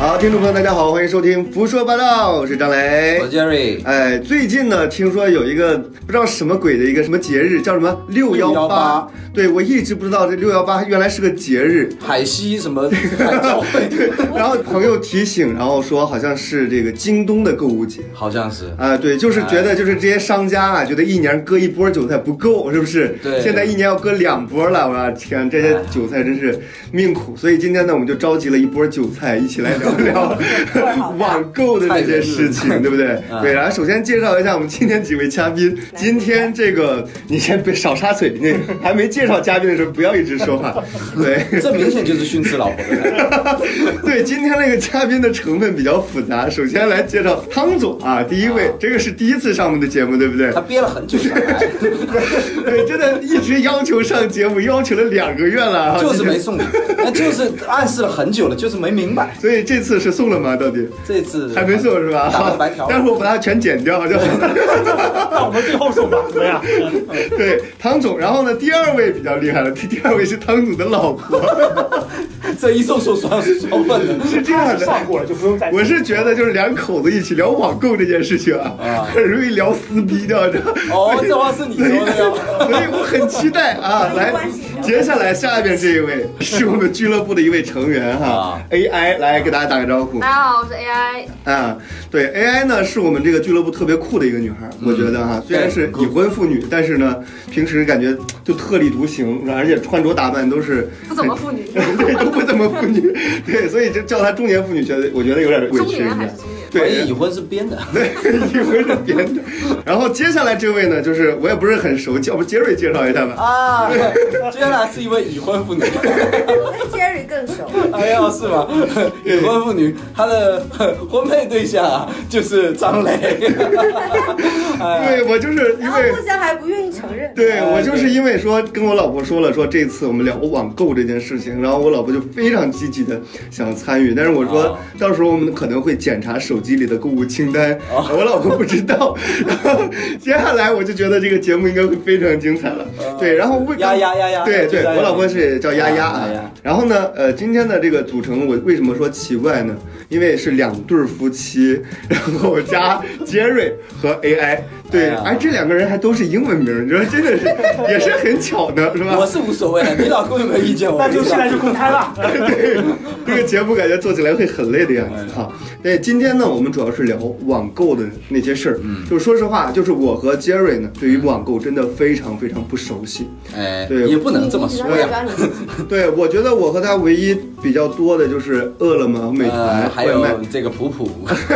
好，听众朋友，大家好，欢迎收听《胡说八道》，我是张雷我。Jerry，哎，最近呢，听说有一个不知道什么鬼的一个什么节日，叫什么六幺八618？对我一直不知道这六幺八原来是个节 日。海西什么海教会，然后朋友提醒，然后说好像是这个京东的购物节。好像是。啊、对，就是觉得就是这些商家啊，觉得一年割一波韭菜不够，是不是？对现在一年要割两波了，我的天，这些韭菜真是命苦。所以今天呢，我们就召集了一波韭菜，一起来聊聊 网购的这些事情，对不对？对，然后首先介绍一下我们今天几位嘉宾。今天这个你先别少插嘴，那还没介绍嘉宾的时候不要一直说话。对，这明显就是训斥老婆的。对，今天那个嘉宾的成分比较复杂。首先来介绍汤总啊，第一位，这个是第一次上我们的节目，对不 对他？憋了很久才来，对，真的一直要求上节目，要求了两个月了 啊，就是没。送你，那就是暗示了很久了，就是没明白。所以这次是送了吗？到底这次还没送是吧？打了白条待会儿我把它全剪掉，就 那我们最后送吧，怎么样？ 对汤总。然后呢，第二位比较厉害了，第第二位是汤总的老婆，这一送送双双份的。是这他样的。是上过了，就不用再。 我是觉得就是两口子一起聊网购这件事情啊啊， 很容易聊撕逼掉，知道吗？哦，这话是你说的呀？ 所以我很期待 啊！来，接下来下面这一位是我们俱乐部的一位成员哈啊，AI 来给大家打个招呼大家好，我是 AI。啊。对，AI 呢是我们这个俱乐部特别酷的一个女孩，嗯我觉得哈，虽然是已婚妇女，但是呢，平时感觉就特立独行，而且穿着打扮都是不怎么妇女 对，都不怎么妇女，对，所以就叫她中年妇女，觉得我觉得有点委中屈。年还是中年？怀对，哎疑已婚是编的。对，一回是别的。然后接下来这位呢，就是我也不是很熟，叫我们杰瑞介绍一下吧。啊，接下来是一位已婚妇女。我跟 Jerry 更熟，哎呀，是吗？已婚妇女，她的婚配对象啊，就是 张磊。哎呀，对我就是因然后为互。相还不愿意承认。对哎我就是因为说跟我老婆说了，说这次我们聊网购这件事情，然后我老婆就非常积极的想参与，但是我说啊到时候我们可能会检查手机里的购物清单，啊我老婆不知道。然后接下来我就觉得这个节目应该会非常精彩了。对，然后为啊呀呀呀呀对对，就是我老婆是叫丫丫啊啊丫丫。然后呢，呃，今天的这个组成我为什么说奇怪呢？因为是两对儿夫妻，然后加杰瑞和 AI，对哎，呀而这两个人还都是英文名儿，你说真的是 也是很巧的，是 我吧？是无所谓的，你老公有没有意见？我那不知就道现在就公开吧。 对，这个节目感觉做起来会很累的样子哈。对，今天呢，我们主要是聊网购的那些事儿。嗯就是说实话，就是我和杰瑞呢，对于网购真的非常非常不熟悉。哎，对也不能这么说你能代呀。表你自己，对，我觉得我和他唯一比较多的就是饿了么、美团、呃，还外卖有这个普普，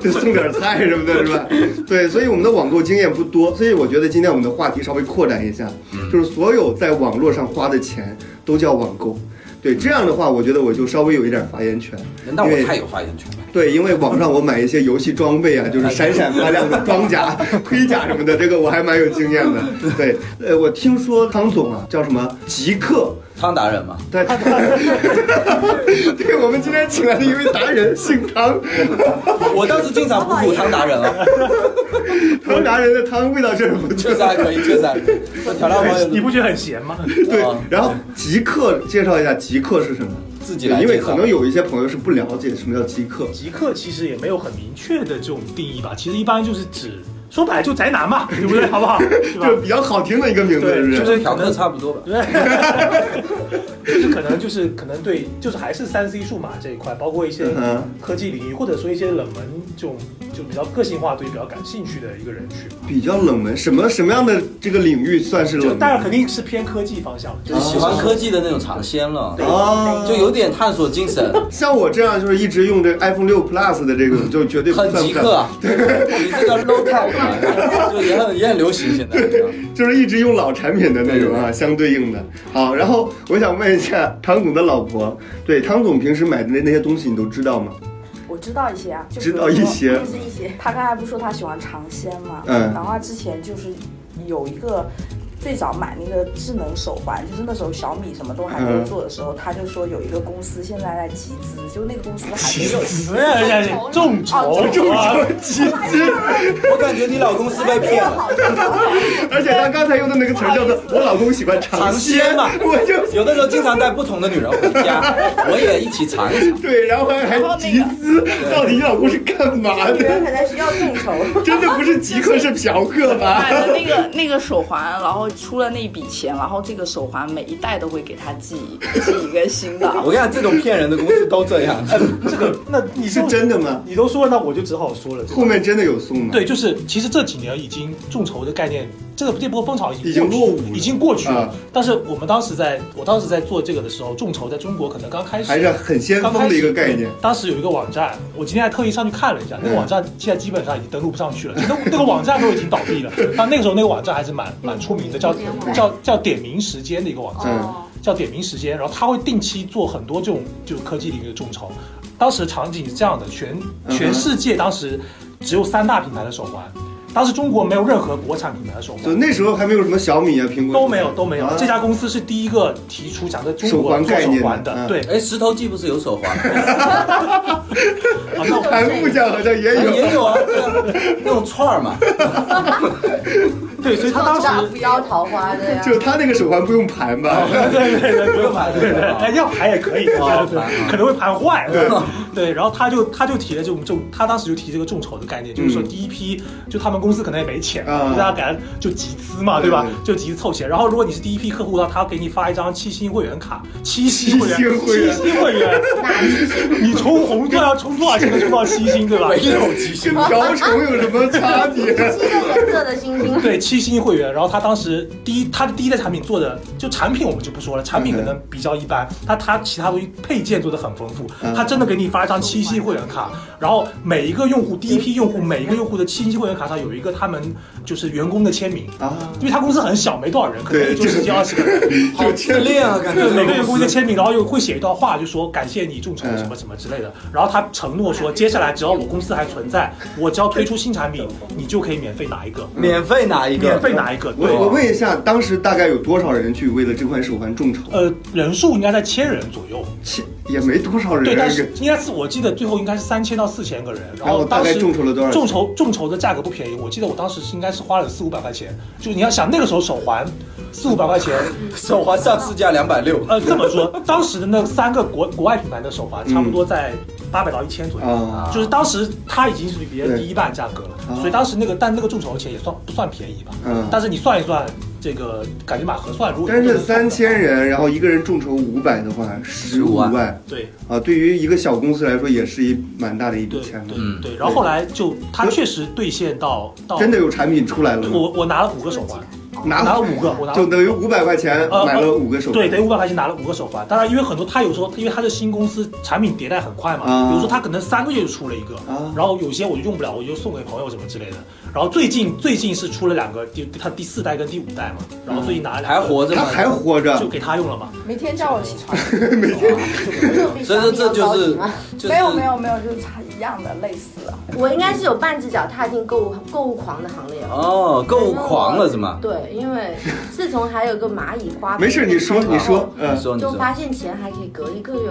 就送点菜什么的，是 吧？对，所以我们的网购经验不多，所以我觉得今天我们的话题稍微扩展一下，嗯就是所有在网络上花的钱都叫网购。对，这样的话，我觉得我就稍微有一点发言权。那因为我太有发言权了。对，因为网上我买一些游戏装备啊，就是闪闪发 亮的装甲、盔甲什么的，这个我还蛮有经验的。对，呃，我听说汤总啊，叫什么极 客，汤达人嘛，对， 对，我们今天请来的一位达人，姓汤，我倒是经常普普汤达 人啊，汤达人的汤味道确实不错。确实还可以，确实还可以。那调料包 你不觉得很闲吗？对啊， 然后极客介绍一下极客是什么？自己来因为介绍可能有一些朋友是不了解什么叫极客。 极客其实也没有很明确的这种定义吧，其实一般就是指说白了就宅男 嘛，对不对？好不好？对吧就是？比较好听的一个名字，对是不？就是是调课差不多吧。 就是可能就是可能对，就是还是三 C 数码这一块，包括一些嗯哼科技领域，或者说一些冷门这种就比较个性化、对比较感兴趣的一个人群。比较冷门，什么什么样的这个领域算是就啊冷当然门？肯定是偏科技方向，就就是是喜欢科技的那种尝鲜了，啊就有点探索精神，像我这样就是一直用这 iPhone 六 Plus 的这个，就绝对不很算极不客上，啊。你这叫 low tech 嘛，就也很也很流行现在。就是一直用老产品的那种啊，对相对应的。好，然后我想问一下汤总的老婆，对汤总平时买的那那些东西你都知道吗？我知道一些啊，就知道一些就是一些。他刚才不是说他喜欢尝鲜吗？嗯然后他之前就是有一个。最早买那个智能手环，就是那时候小米什么都还没有做的时候，他就说有一个公司现在在集资，就那个公司还 没有不要下去，众哦 筹，众筹，集资，我感觉你老公是被没骗有了。好的。 而且他刚才用的那个词儿叫做“我老公喜欢尝鲜”，嘛， 我就有的时候经常带不同的女人回家， 我也一起尝一尝。对，然后还还集资，到底你老公是干嘛女人的？可能需要众筹， 真的不是极客是嫖客吧买？了 那个那个手环，然后出了那一笔钱，然后这个手环每一代都会给他寄寄一个新的。我跟你讲，这种骗人的公司都这样。呃这个那你是都真的吗？你都说了，那我就只好说了。后面真的有送吗？对，就是其实这几年已经众筹的概念，这个这波风潮已已经经过去落伍了已经过去了。啊但是我们当时在，我当时在做这个的时候，众筹在中国可能刚开始，还是很先刚锋开的始一个概念对。当时有一个网站，我今天还特意上去看了一下，那嗯个网站现在基本上已经登录不上去了，那那个网站都已 经倒 闭了。但那个时候那个网站还是蛮蛮出名的，叫叫叫点名时间的一个网站。嗯，叫点名时间，然后他会定期做很多这种就科技领域的众筹。当时场景是这样的，全哼全世界当时只有三大品牌的手环，当时中国没有任何国产品牌的手就环。那时候还没有什么小米啊、苹果都没有，都没有啊。这家公司是第一个提出想在中手国环做概手念环的的，嗯对。哎，石头记不是有手环吗？啊 那我韩木匠好像也有。也有啊，对啊那种串儿嘛。对，所以他当时，不要桃花的呀。就他那个手环不用盘吧？对对对对，不用盘对对，对哎，要盘也可以，哦对盘啊可能会盘坏，对对，然后他就他就提了这种众，他当时就提这个众筹的概念，就是说嗯第一批就他们公司可能也没钱，啊就大家给他就集资嘛，对吧对对？就集资凑钱，然后如果你是第一批客户的话，他要给你发一张七星会员卡，七星会员，七星会员七星会员，你充红钻要充多少钱能充到七星，对吧？有极跟瓢虫有什么差别？ 七个颜色的星星， 对七星会员，然后他当时第一，他的第一代产品做的就产品我们就不说了，产品可能比较一般，但他其他东西配件做的很丰富嗯，他真的给你发一张七星会员卡，然后每一个用户第一批用户每一个用户的七星会员卡上有一个他们就是员工的签名，啊，因为他公司很小，没多少人，可能对也就十几二十个 人，好好自恋啊，感觉对，每这种个员公工就司。签名，然后又会写一段话，就说感谢你众筹什么什么之类的。然后他承诺说，接下来只要我公司还存在，我只要推出新产品，你就可以免费拿一个，免费拿一个，免费拿一个。我对，我问一下，当时大概有多少人去为了这款手环众筹？呃，人数应该在千人左右，切，也没多少人。对，但是应该是我记得最后应该是三千到四千个人，然然后后大当概时众筹了多少钱众筹众筹的价格不便宜，我记得我当时是应该是花了四五百块钱，就你要想那个时候手环四五百块钱，嗯手环上市价两百六，呃，这么说，当时的那三个国国外品牌的手环差不多在八百到一千左右。嗯啊，就是当时它已经是比别人低一半价格对了，所以当时那个但那个众筹的钱也算不算便宜吧？嗯但是你算一算，这个感觉码核算，如果但一个是人算三的话千人，然后一个人众筹五百的话，十五15万对，啊，对于一个小公司来说，也是一蛮大的一笔对钱了。嗯对对，然后后来就他确实兑现到到真的有产品出来了对吗？我我拿了五个手环，拿拿了五个，我拿就了。等于五百块钱呃买了五个手环。对，等于五百块钱拿了五个手环。当然，因为很多他有时候，因为他是新公司，产品迭代很快嘛，啊比如说他可能三个月就出了一个，啊然后有些我就用不了，我就送给朋友什么之类的。然后最近最近是出了两个，第他第四代跟第五代嘛，然后最近拿了两还个，活着他吗？还活就着，给他用了嘛。每天叫我起 床，所以说这就是哎就是没有没有没有，就是差一样的，类似的。我应该是有半只脚踏进购物购物狂的行列了。哦，购物狂了是吗？对，因为自从还有个蚂蚁花，没事，你说你说，，哦你嗯，说你就说发现钱还可以隔一个月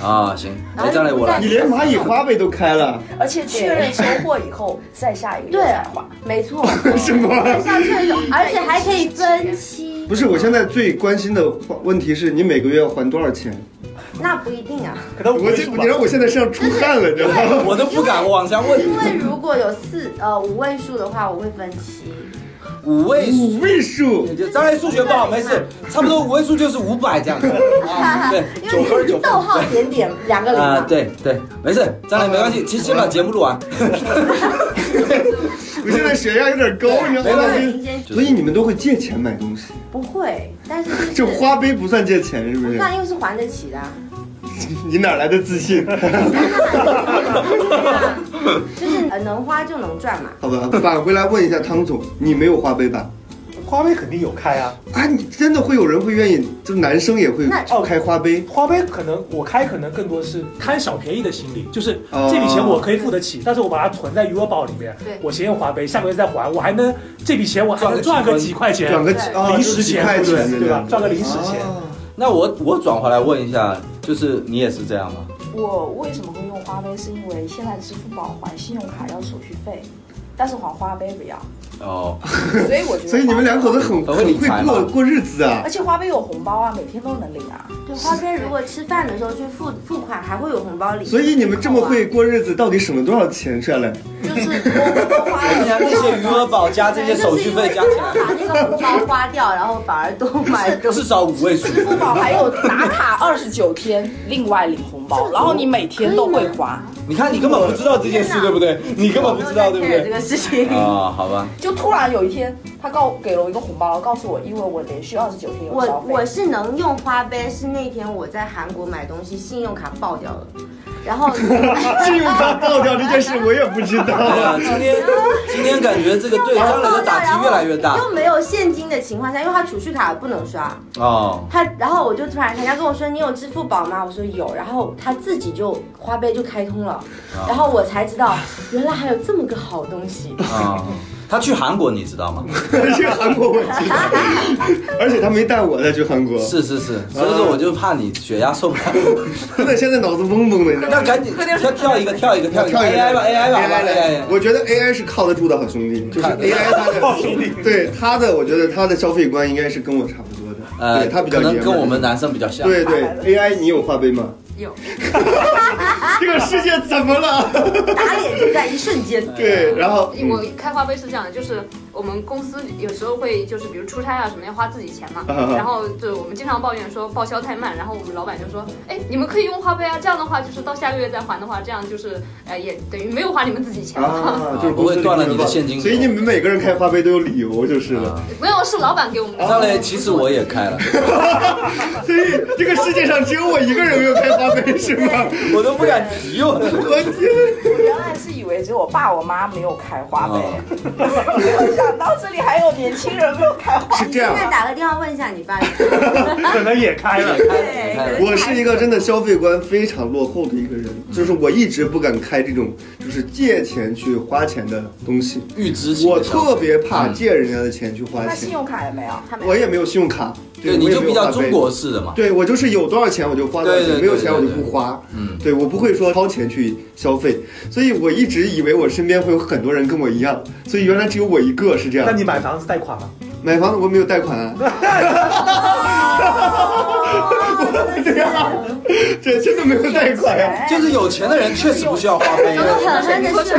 还，啊，行，哎，再来我来你，连蚂蚁花呗都开了，而且确认收货以后，再下一个月对再还。没 错，什么？像 这种，而且还可以分期，不是，我现在最关心的问题是你每个月要还多少钱？那不一定啊，可能五我位这数吧你。让我现在身上出汗了，你知道吗？我都不敢往下问因。为如果有四呃五位数的话，我会分期，五位数， 五位嗯数，张磊数学不好，没事，差不多五位数就是五百这样 子。啊，对，因九分儿为九是分逗儿。号点点两个零啊嘛，，对对，没事，张磊没关系，先先把节目录完。我现在血压有点高，啊你知道没吗问？题所以你们都会借钱买东西，不会，但是这就是花呗不算借钱，嗯是不不是？算又是还得 起的啊，你哪来的自信？ 对啊就是呃能花就能赚嘛，好吧，返回来问一下汤总，你没有花呗吧？花呗肯定有开啊，啊，你真的会有人会愿意，就男生也会那开花呗？花呗可能我开可能更多是贪小便宜的心理，就是哦这笔钱我可以付得起，但是我把它存在余额宝里面对，我先用花呗，下个月再还，我还能这笔钱我还能赚赚个个几几块钱， 转个对啊，零就食几哦钱块或者钱的啊是对吧？赚个零零食钱， 那我我转回来问一下，就是你也是这样吗？我为什么会用花呗？是因为现在支付宝还信用卡要手续费，但是还花呗不要，哦，所以我觉得。所以你们两口子。很很很会会理财过嘛过日子啊而。且花呗有红包啊，每天都能领啊。对，花呗如果吃饭的时候去付付款，还会有红包领。所以你们这么会过日子，到底省了多少钱下 来？就是我我花哎呀，那些余额宝加这些手续费加起把那个红包花掉，然后反而多买来，至哎少五位数。支付宝还有打卡，卡二十九天，另外领红包，然后你每天都会花，啊你看，你根本不知道这件事，对不对？你根本不知道， 对不这对？个事情。啊，好 吧，就突然有一天他告给了我一个红包，告诉我因为我连续二十九天有消我费。我是能用花呗，是那天我在韩国买东西，信用卡爆掉了，然后 信用卡爆掉这件事我也不知对道。啊，今天今天感觉这个对张磊的打击越来越大又没有现金的情况下，因为他储蓄卡不能刷，哦。他然后我就突然人家跟我说你有支付宝吗？我说有，然后他自己就花呗就开通了，啊然后我才知道原来还有这么个好东西。啊，他去韩国，你知 道吗？ 去韩国我知道，而且他没带我再去韩国。是是是，所以说我就怕你血压受不了。真的现在脑子嗡嗡的，你知道那吗？赶紧跳跳一个，跳一个，跳一个跳哎一个 AI 吧，AI 吧好吧 AI 来，AI。我觉得 AI 是靠得住的好兄弟，就是 AI 他哦的好兄弟，对他的， 我觉得他的消费观应该是跟我差不多的，呃，对他比较可爷们能儿跟我们男生比较像。对对，AI 你有花呗吗？有， 这个世界怎么 啊了？打脸就在一瞬 间。对，然后我开花呗是这样的，就是我们公司有时候会就是比如出差啊什么要花自己钱嘛，嗯然后就我们经常抱怨说报销太慢，然后我们老板就说，哎，你们可以用花呗啊，这样的话就是到下个月再还的话，这样就是呃也等于没有花你们自己钱嘛。啊，就是不会断了你的现金啊流所以你们每个人开花呗都有理由就是了。 没有，是老板给我们的。张磊，其实我也开了， 所以这个世界上只有我一个人没有开花呗是吗？我都不敢提我。我天，我原来是以为只有我爸我妈没有开花呗，啊没有想到这里还有年轻人没有开花。是这现样。啊在打个电话问一下你爸， 可能也开 了。也开了我是一个真的消费观非常落后的一个人，就是我一直不敢开这种就是借钱去花钱的东西，预知型我的消费特别怕借人家的钱去花那信钱。用卡也没有，我也没有信用卡，对，我你也就没有比较花呗中国式的嘛。对我就是有多少钱我就花多少对钱，对没有钱我对就对不花。嗯对，我不会说掏钱去消费，所以我一直以为我身边会有很多人跟我一样，所以原来只有我一个是这样。那你买房子贷款吗？买房子我没有贷款啊。 对啊，这真的没有啊贷款哎呀、哎就是有钱的人确实不需要花呗。狠狠的 是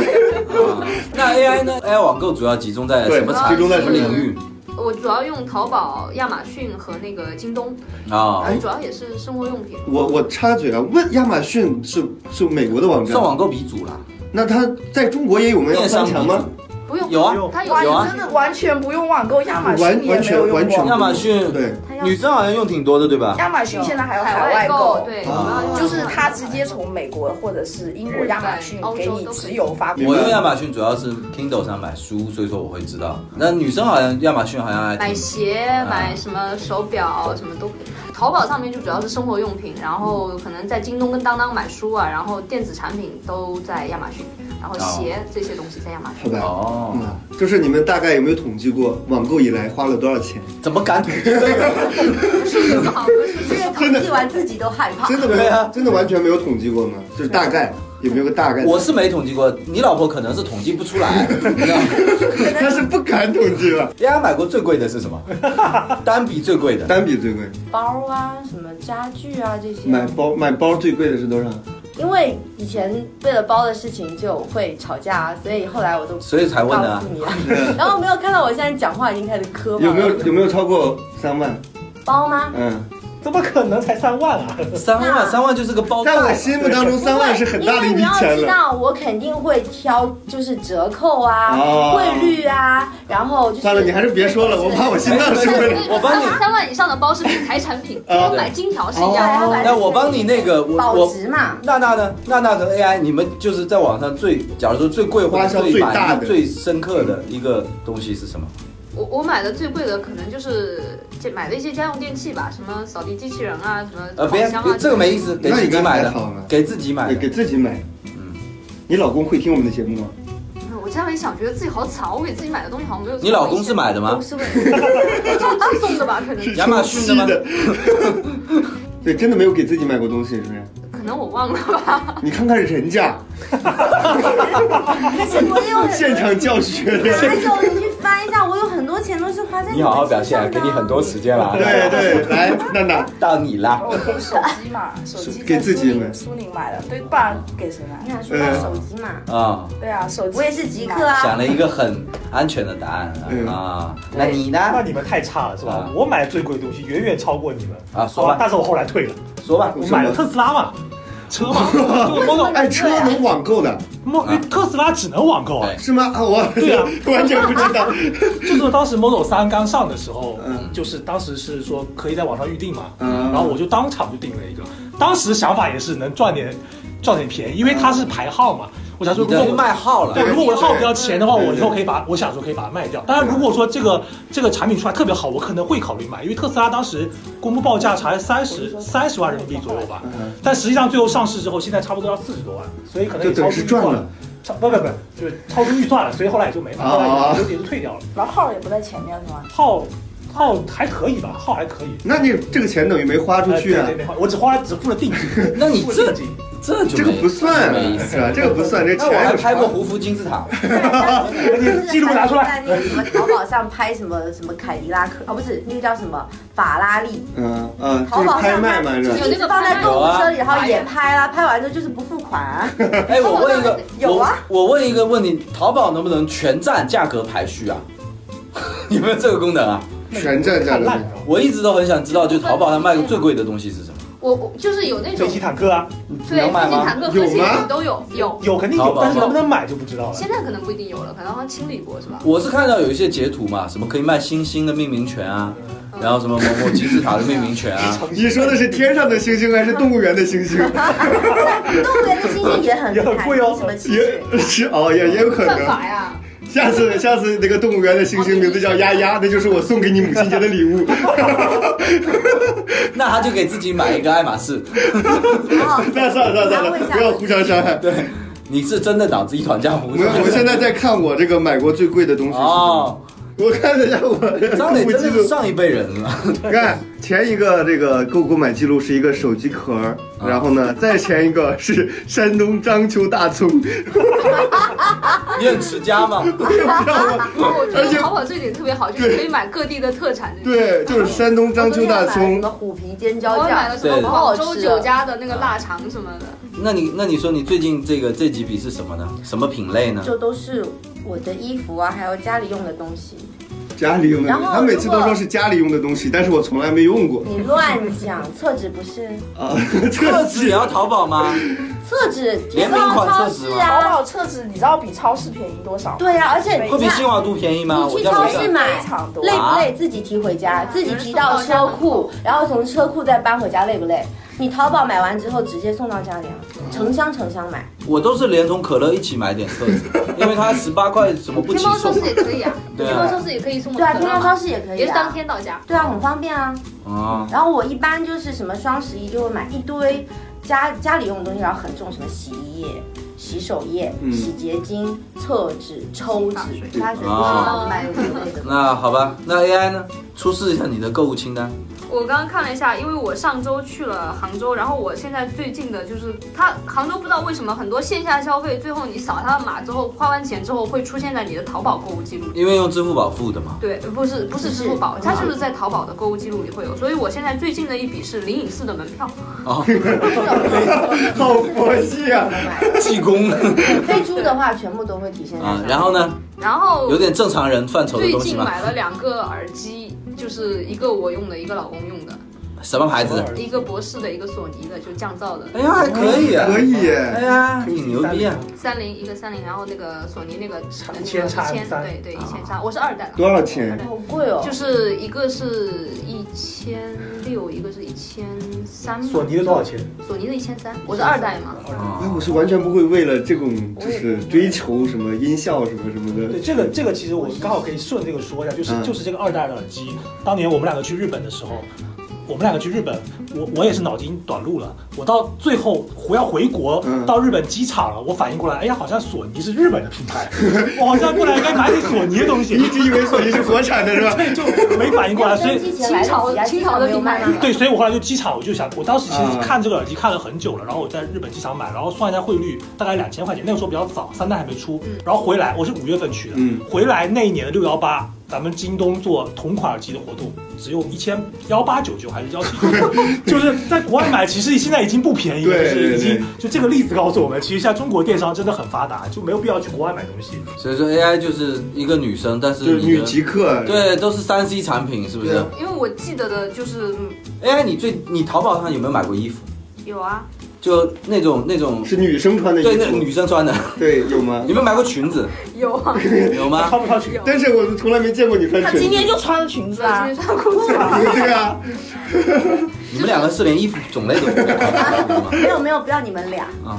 那 AI 呢？AI 网购主要集中在对什么产集中在什么领域我主要用淘宝、亚马逊和那个京东，啊？呃主要也是生活用品。我我插嘴啊，问亚马逊是是美国的网站算，网购鼻祖啦，那它在中国也有没有电翻商鼻墙吗？祖。不用，有啊它有哇，有你啊真的完全不用网购，亚马完完逊也没有全用完全过。亚马逊对，他要女生好像用挺多的，对吧？亚马逊现在还有海海外购购，，对，啊就是它直接从美国或者是英国亚马逊给你直邮发过明来。白我用亚马逊主要是 Kindle 上买书，所以说我会知道。那女生好像亚马逊好像还买挺鞋、买什么手嗯表、什么都可以。淘宝上面就主要是生活用品，然后可能在京东跟当当买书啊，然后电子产品都在亚马逊，然后鞋这些东西在亚马逊。好吧。哦，嗯，就是你们大概有没有统计过网购以来花了多少钱？怎么 敢统计这个？这个统计完自己都害怕。真的没对啊有，真的完全没有统计过吗？就是大概有没有个大概？我是没统计过，你老婆可能是统计不 出来。你知道吗那是不敢统计 了。 AI 买过最贵的是什 么？单笔最贵的。单笔最贵，包啊，什么家具啊这些。买包买包最贵的是多少？因为以前为了包的事情就会吵架，所以后来我都所以才问的告啊诉 你了。然后没有看到我现在讲话已经开始磕嗯巴了。有没有有没有超过三万？包吗？嗯，怎么可能才三万啊？三万，三万就是个包在我袋。心目当中， 三万是很大的一因为笔你要钱知了。道，我肯定会挑，就是折扣啊、哦汇率啊，然后就是。算了，你还是别说了，我怕我心脏受不了。我帮你哦三万三万以上的包是理财产品，啊跟买金条是一对样的。要买那我帮你那个，我保我值嘛。娜娜呢？娜娜和 AI，你们就是在网上最，假如说最贵或花者销最最大满意、的最深刻的一个东西是什么？我我买的最贵的可能就是这买的一些家用电器吧，什么扫地机器人啊，什么呃，别烤箱啊，这个没意思，给那自你己刚买才的还好呢，给自己买对，给的。自己买。嗯，你老公会听我们的节目吗？我这样一想，觉得自己好惨，我给自己买的东西好像没有。你老公是买的吗都是为了就是送的吧？可能亚马逊的吗？对，真的没有给自己买过东西，是不是？可能我忘了吧。你看看人家可是我有现场教学的，还有你去翻一下，我有很多钱都是花在你好好表啊现，给你很多时间了啊。对对，来娜娜，到你啦。我用手机嘛，手机给自己买买，苏宁买的，对，不然给谁买你？想说到手机嘛？啊、对啊，手机我也是极客啊想了一个很安全的答案啊。嗯啊那你呢？那你们太差了是吧啊？我买的最贵的东西远远超过你们啊说好吧吧，但是我后来退了，说吧。我买了特斯拉嘛，车嘛，就 Model 哎，车能网购的 Model，特斯拉只能网购啊，对是吗？啊，我对 啊完全不知道。就是当时 Model 三刚上的时候，嗯就是当时是说可以在网上预定嘛，嗯然后我就当场就订了一个，当时想法也是能赚点赚点便宜，因为它嗯是排号嘛，我想说你如果的我卖号了对，，如果我的号比较前的话，对对我以后可以把我想说可以把它卖掉。当然，如果说这个这个产品出来特别好，我可能会考虑买，因为特斯拉当时公布报价才三十三十万人民币左右吧，嗯但实际上最后上市之后，现在差不多要四十多万，所以可能也就超等出于是预算赚了。超不不不，就是超出预算了，所以后来也就没买，后啊来也就也就退掉了。然后号也不在前面是吗？号号还可以吧，号还可以。那你这个钱等于没花出去哎啊对对，对花我只花了只付了定金。 那你付了这定金这就这个没不算啊没意思。是吧？这个不算，这那我钱还有拍过胡夫金字 塔，嗯你记录拿出 来在那个什么淘宝上拍什么什么凯迪拉克，哦不是，那个叫什么法拉利，嗯嗯，就淘是宝拍上卖嘛，是就吧是？一直放在购物车里，然后也拍啦，拍完之后就是不付款 啊。哎，我问一个，有啊我，我问一个问题，淘宝能不能全站价格排序啊？ 有没有这个功能啊？全站价看烂的。了。我一直都很想知道，就淘宝上卖的最贵的东西是什么？我我就是有那种飞机坦克啊，你对能买飞机吗坦？克、有飞机吗你都有有。有肯定淘有，宝但是能不能买就不知道了。现在可能不一定有了，可能好像清理过是吧？我是看到有一些截图嘛，什么可以卖星星的命名权啊，然后什么某某金字塔的命名权啊， 你说的是天上的星星还是动物园的星星？ 动物园的星星也很 厉也很害，贵哦什么奇趣。也是哦，也也有可犯能。法呀！下次下次那个动物园的星星名字叫丫丫，那就是我送给你母亲节的礼物。 那他就给自己买一个爱马仕。哦那算了算了算了，不要互相伤害。 对，你是真的脑子一团浆糊我我现在在看我这个买过最贵的东西是什么。哦，我看了一下我的张购磊物真记的是录，上一辈人 了。看前一个这个购购买记录是一个手机壳儿，啊然后呢，再前一个是山东章丘大葱。你很持家吗？我觉而且得淘宝这一点特别好，就是可以买各地的特产。，对，就是山东章丘大我昨天买了什葱么。虎皮尖椒我买酱了，什么对广州酒啊家的那个腊肠什么的。 那你那你说你最近这个这几笔是什么呢？什么品类呢？就都是我的衣服啊，还有家里用的东西。家里用的东西，然后他每次都如说果是家里用的东西，但是我从来没用过你乱讲，厕纸不是啊。特质也要淘宝吗？厕纸，联名款厕纸吗超市淘啊，宝厕纸你知道比超市便宜多少吗？对啊，而且会你比看新华都便宜吗？你我去家楼超下市买非常多累不啊累？自己提回家，自己提到有人送到车家门库口，然后从车库再搬回家，累不累？你淘宝买完之后直接送到家里啊，成箱成箱买。我都是连同可乐一起买点特质， 因为它十八块什么不天起猫超送市。也可以啊， 对啊天猫超市也可以送我对啊，可天乐猫嘛超市也可以也是当啊。天到家。对啊，很方便啊。啊，然后我一般就是什么双十一就会买一堆家家里用的东西，然后很重，什么洗衣液、洗手液、嗯洗洁精、厕纸、抽纸、洗发水啊买有的没的。那好吧，那 AI 呢？出示一下你的购物清单。我刚刚看了一下，因为我上周去了杭州，然后我现在最近的就是它杭州不知道为什么很多线下消费，最后你扫它的码之后，花完钱之后会出现在你的淘宝购物记录里。因为用支付宝付的嘛。对，不是不是支付宝，它就是在淘宝的购物记录里会有，所以我现在最近的一笔是灵隐寺的门票， 哦，好佛系 啊！济公飞猪的话，全部都会体现在上啊面。，然后呢，然后有点正常人范畴的最东西近吗？买了两个耳机，就是一个我用的，一个老公用的。什么牌子的？一个博士的，一个索尼的，就降噪的。哎呀，还 可以啊，可以耶，哎呀，挺牛逼啊！三菱一个三菱，然后那个索尼那个差那个一千差千三对对一千啊差，我是二代了。多少钱好我贵哦二代？就是一个是一千六，一个是一千三。索尼的多少钱？索尼的一千三，我是二代嘛。哎，我是完全不会为了这种就是追求什么音效什么什么的对，，这个这个其实我刚好可以顺这个说一下，就是嗯就是这个二代的耳机，当年我们两个去日本的时候，我们两个去日本，我我也是脑筋短路了，我到最后我要回国嗯，到日本机场了，我反应过来，哎呀，好像索尼是日本的品牌，我好像过来应该买点索尼的东 西你，一直以为索尼是国产的是 吧？对，就没反应过 来，所以飞。机前来得及啊，清朝的机场没有卖清朝的品牌吗对，所以我后来就机场，我就想，我当时其实嗯看这个耳机看了很久了，然后我在日本机场买，然后算一下汇率，大概两千块钱，那个时候比较早，三代还没出嗯，然后回来我是五月份去的，嗯回来那一年的六幺八，咱们京东做同款耳机的活动，只有一千幺八九九还是幺七 九九，就是在国外买，其实现在已经不便宜了，就对是已对经就这个例子告诉我们，其实现在中国电商真的很发达，就没有必要去国外买东西。所以说 AI 就是一个女生，但是就是你女的极客，啊对都是三 C 产品，是不是因为我记得的就是嗯？AI 你最你淘宝上有没有买过衣服？有啊，就那种那种是女生穿的衣对那服，女生穿的，对有吗有？没有买过裙子？有 啊，有吗？穿不穿裙但是我从来没见过你穿她裙今天子，就穿了裙子我啊今天，穿裤子啊。对啊，你们两个是连衣服种类都不懂没有没有，不要你们俩。吗？啊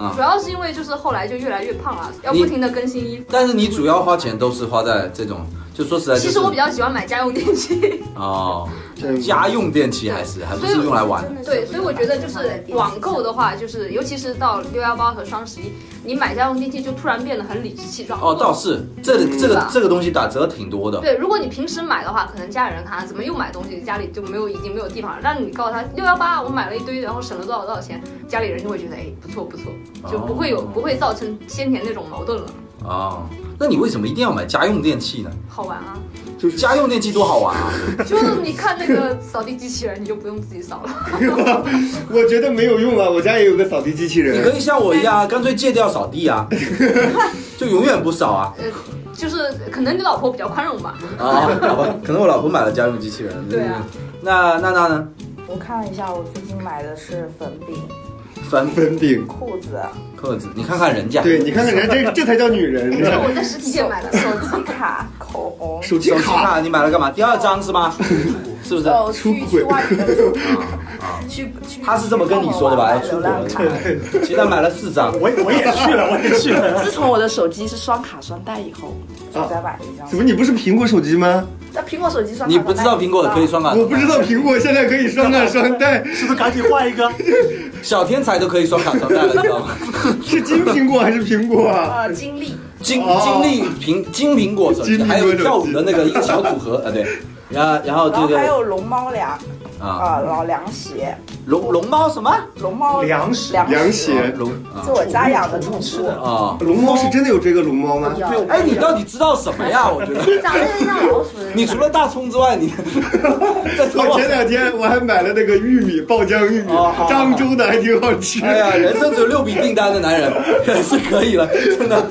啊 主！要是因为就是后来就越来越胖了，要你不停的更新衣服。但是你主要花钱都是花在这种，就说实呃在、就是，其实我比较喜欢买家用电 器，哦，真家用电器还是还不是用来玩的。对，所以我觉得就是网购的话，就是尤其是到六幺八和双十一，你买家用电器就突然变得很理直气壮。哦，倒是这嗯这个这个东西打折挺多的。对，如果你平时买的话，可能家里人看啊怎么又买东西，家里就没有已经没有地方了。但你告诉他六幺八我买了一堆，然后省了多少多少钱，家里人就会觉得哎不错不错，就不会有哦不会造成先前那种矛盾了。哦，那你为什么一定要买家用电器呢？好玩啊！ 就是家用电器多好玩啊！就是你看那个扫地机器人，你就不用自己扫了。我觉得没有用啊，我家也有个扫地机器你可人，以像我一样，干脆戒掉扫地啊，就永远不扫啊。呃，就是可能你老婆比较宽 容吧。啊，好吧，可能我老婆买了家用机器人。对啊。那娜娜呢？我看了一下，我最近买的是粉饼、粉粉饼，裤子、扣子，你看看人家，对你看看人家这这才叫女人，你知 道吗我在实体店买的，手机卡、 口红。手机手机卡，卡你买了干嘛？第二张是吗？是不是？哦，出去轨去外面的时候 去去，他是这么跟你说的吧去要出国了流浪卡其实他买了四张。我我也去了，我也去了。自从我的手机是双卡双待以后，啊就再买一张怎。么你不是苹果手机吗？那苹果手机双卡双待你不知道苹果可以双卡，我不知道苹果现在可以双卡双待，是不是赶紧换 一个？小天才都可以双卡双待了，你知道吗？是金苹果还是苹果啊？呃经历，金哦金立苹金苹果手金机，苹果还有跳舞的那个一个小组合 啊，对。然后然后然后这还个有龙猫凉啊，啊，老凉鞋，龙龙猫什么龙猫粮食凉凉鞋，龙啊是我家养的宠宠物物的。啊？龙猫是真的有这个龙猫吗？有，哎，你到底知道什 么呀？我觉得长得很像老鼠的。你除了大葱之外，你 在淘我宝前两天我还买了那个玉米爆浆玉米哦好，好漳州的还挺好吃。哎呀，人生只有六笔订单的男人 是可以了，真的。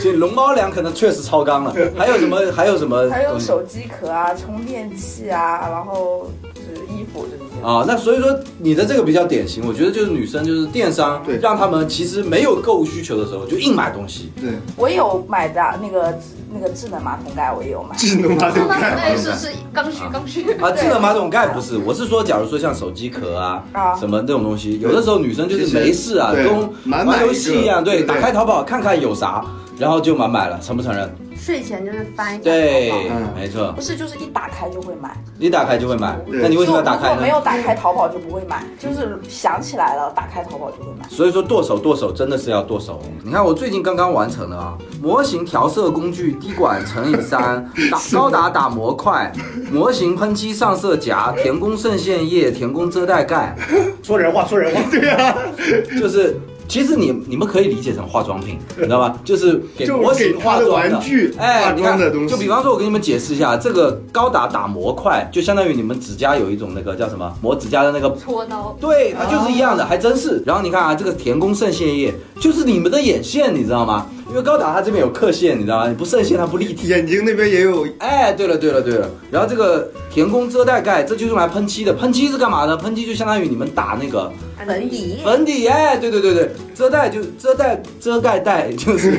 所以龙猫粮可能确实超纲了，还有什么？还有什么？还有手机壳啊、充电器啊，然后就是衣服这些。啊，那所以说你的这个比较典型，我觉得就是女生就是电商，对让他们其实没有购物需求的时候就硬买东西。对，我有买的那个那个智能马桶盖，我也有买。智能马桶那盖。那是是刚需刚需。 啊，智能马桶盖不是，我是说，假如说像手机壳啊，啊什么那种东西，有的时候女生就是没事啊，对跟满买玩一游个戏一样，对对，对打开淘宝看看有啥，然后就满买了，承不承认？睡前就是翻一下对淘宝，嗯没错不，是，就是一打开就会买。一打开就会买。对那你为什么要就打开如果没有呢？打开淘宝就不会买，就是想起来了打开淘宝就会买。所以说剁手剁手真的是要剁手。你看我最近刚刚完成了啊，模型调色工具滴管乘以三， 打高达打模块，模型喷漆上色夹，填工渗线液，填工遮盖盖，说人话，说人话。对呀， 就是。其实你你们可以理解成化妆品，你知 道吗？就是给就模给型他化的妆玩具化哎，你妆看的东西。就比方说，我给你们解释一下，这个高达打模块，就相当于你们指甲有一种那个叫什么磨指甲的那个搓刀，对，啊它就是一样的，还真是。然后你看啊，这个田宫圣线叶就是你们的眼线，你知道吗？因为高达它这边有刻线，你知道吗？你不渗线它不立体。眼睛那边也有，哎，对了对了对了，然后这个田宫遮盖盖，这就是用来喷漆的。喷漆是干嘛呢？喷漆就相当于你们打那个粉底，粉底，哎，对对对对，遮盖就遮盖遮盖带就是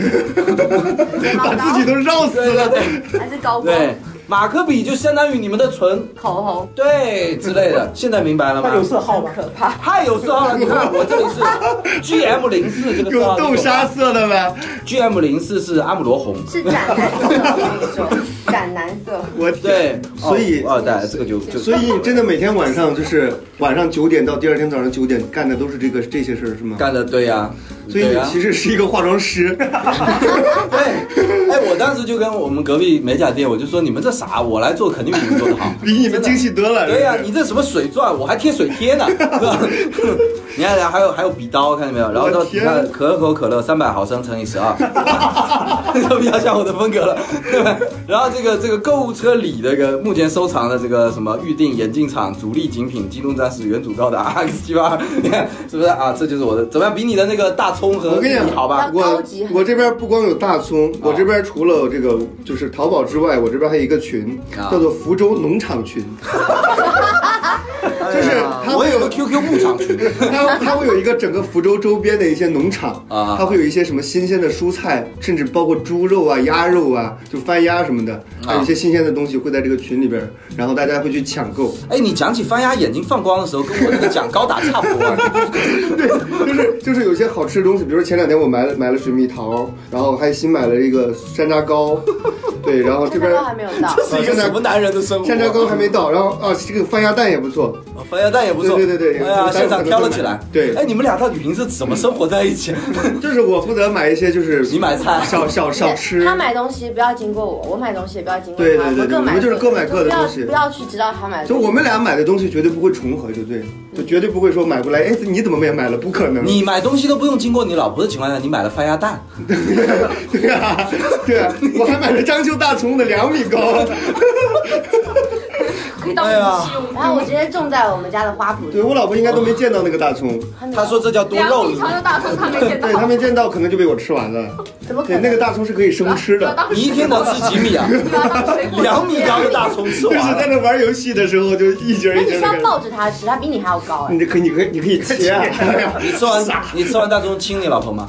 把自己都绕死对对了。对还是高光对，马克笔就相当于你们的唇，口红，对之类的。现在明白了吗那？有色号吗？可怕。太有色号了，你看我这里是 G M 零四这个啊有色号豆沙色的吗？ ，G M 零四是阿姆罗红，是斩男色，我跟你说，斩男色。 我天！对，所以哦，对，这个就就所以真的每天晚上就是晚上九点到第二天早上九点干的都是这个这些事儿是吗？干的对呀、所以对啊你呀其实是一个化妆师，对，哎，我当时就跟我们隔壁美甲店，我就说你们这啥，我来做肯定比你们做的好。比你们精细多了。 对啊呀、是不你是这什么水钻，我还贴水 贴呢。 你看，还有还有笔刀，看见没有？然后我到你天看可口可乐三百毫升乘以十二， 就比较像我的风格了， 对吧？然后这个这个购物车里的这个目前收藏的这个什么预定眼镜厂主力精品机动战士原主高达 X 七八， 你看是不是啊？这就是我的，怎么样？比你的那个大葱和我跟你讲好吧？高我级我这边不光有大葱，啊我这边除了这个就是淘宝之外，我这边还有一个群，啊叫做福州农场群，就是它哎我会有个有 QQ 牧场群。它它会有一个整个福州周边的一些农场啊它会有一些什么新鲜的蔬菜，甚至包括猪肉啊、鸭肉啊，就番鸭什么的，还啊有一些新鲜的东西会在这个群里边，然后大家会去抢购。哎，你讲起翻鸭眼睛放光的时候，跟我那个讲高达差不多啊。 就是就是有些好吃的东西，比如说前两天我买了买了水蜜桃，然后还新买了一个山楂糕，对，然后这边看到还没有到，是一个什么男人的生活？山楂糕还没到，然后啊这个番鸭蛋也不错，哦，翻鸭蛋也不错。对对对对哎呀，我待会儿现场挑了起来。对哎，你们俩到底平时怎么生活在一起？啊 就是我负责买一些就是你买菜少少少吃，他买东西不要经过我，我买东西也不要经过对他，对对对我们各买我们就是各买各的不要东西不要去知道他买的就东西。我们俩买的东西绝对不会重合，对不对？就绝对不会说买过来，哎，你怎么没买了？不可能，你买东西都不用经过你老婆的情况下，你买了翻鸭蛋， 对啊，对啊，我还买了章丘大葱的两米高， 可哎以当武器用。然后我直接种在我们家的花圃对里，我老婆应该都没见到那个大葱，还没有她说这叫多两肉米。长的大葱他没 见到对，她没见到可能就被我吃完了，怎么可对，能？那个大葱是可以生吃的。你一天能吃几米啊？两米高的大葱吃就是完在了。那玩游戏的时候，就一节那一你节是的要。抱着它吃，它比你还要高哎嗯你。可以你可以你可以切 啊！你吃完你吃完大葱亲你老婆吗？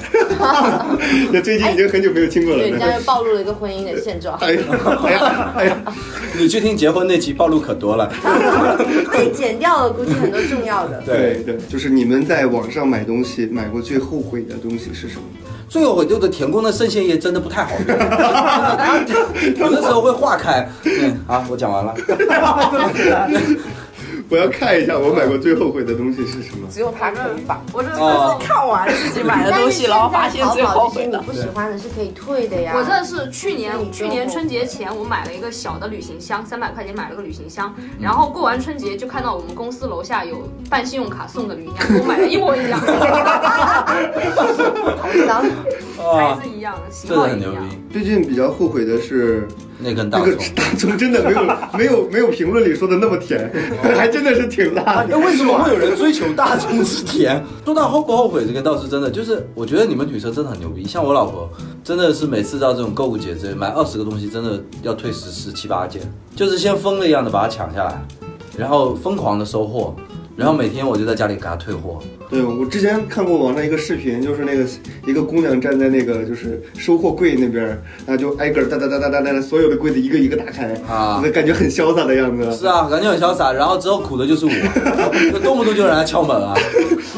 这最近已经很久没有听过了哎对，。这样就暴露了一个婚姻的现状。哎呀哎呀哎呀！你去听结婚那期暴露可多了。 被剪掉了，估计很多重要的。对对，就是你们在网上买东西，买过最后悔的东西是什么？最后我就的田宫的圣线叶真的不太好用，真的 有的时候会化开。嗯，啊，我讲完了。我要看一下我买过最后悔的东西是什么。只有他可以放。我真的哦是，看完自己买的东西，然后发现最后悔的。不喜欢的是可以退的呀。我这是去那你年去年春节前，我买了一个小的旅行箱，三百块钱买了个旅行箱，嗯然后过完春节就看到我们公司楼下有办信用卡送的旅行箱，跟我买的一模一样， 然后牌啊，子一样，型这号个也很一牛逼样。。最近比较后悔的是那根大那葱个。 大葱，真的没有没有没有评论里说的那么甜， 还真的是挺辣啊那的。哦哎为什么会有人追求大葱之甜？ 说到后不后悔，这个倒是真的，就是我觉得你们女生真的很牛逼。像我老婆，真的是每次到这种购物节之类买二十个东西，真的要退十十七八件，就是先疯了一样的把它抢下来，然后疯狂的收货，然后每天我就在家里给她退货。对，我之前看过网上一个视频，就是那个一个姑娘站在那个就是收货柜那边，然后就挨个儿哒哒哒哒哒哒，所有的柜子一个一个打开，啊那感觉很潇洒的样子。是啊，感觉很潇洒，然后之后苦的就是我， 就动不动就让人家敲门啊，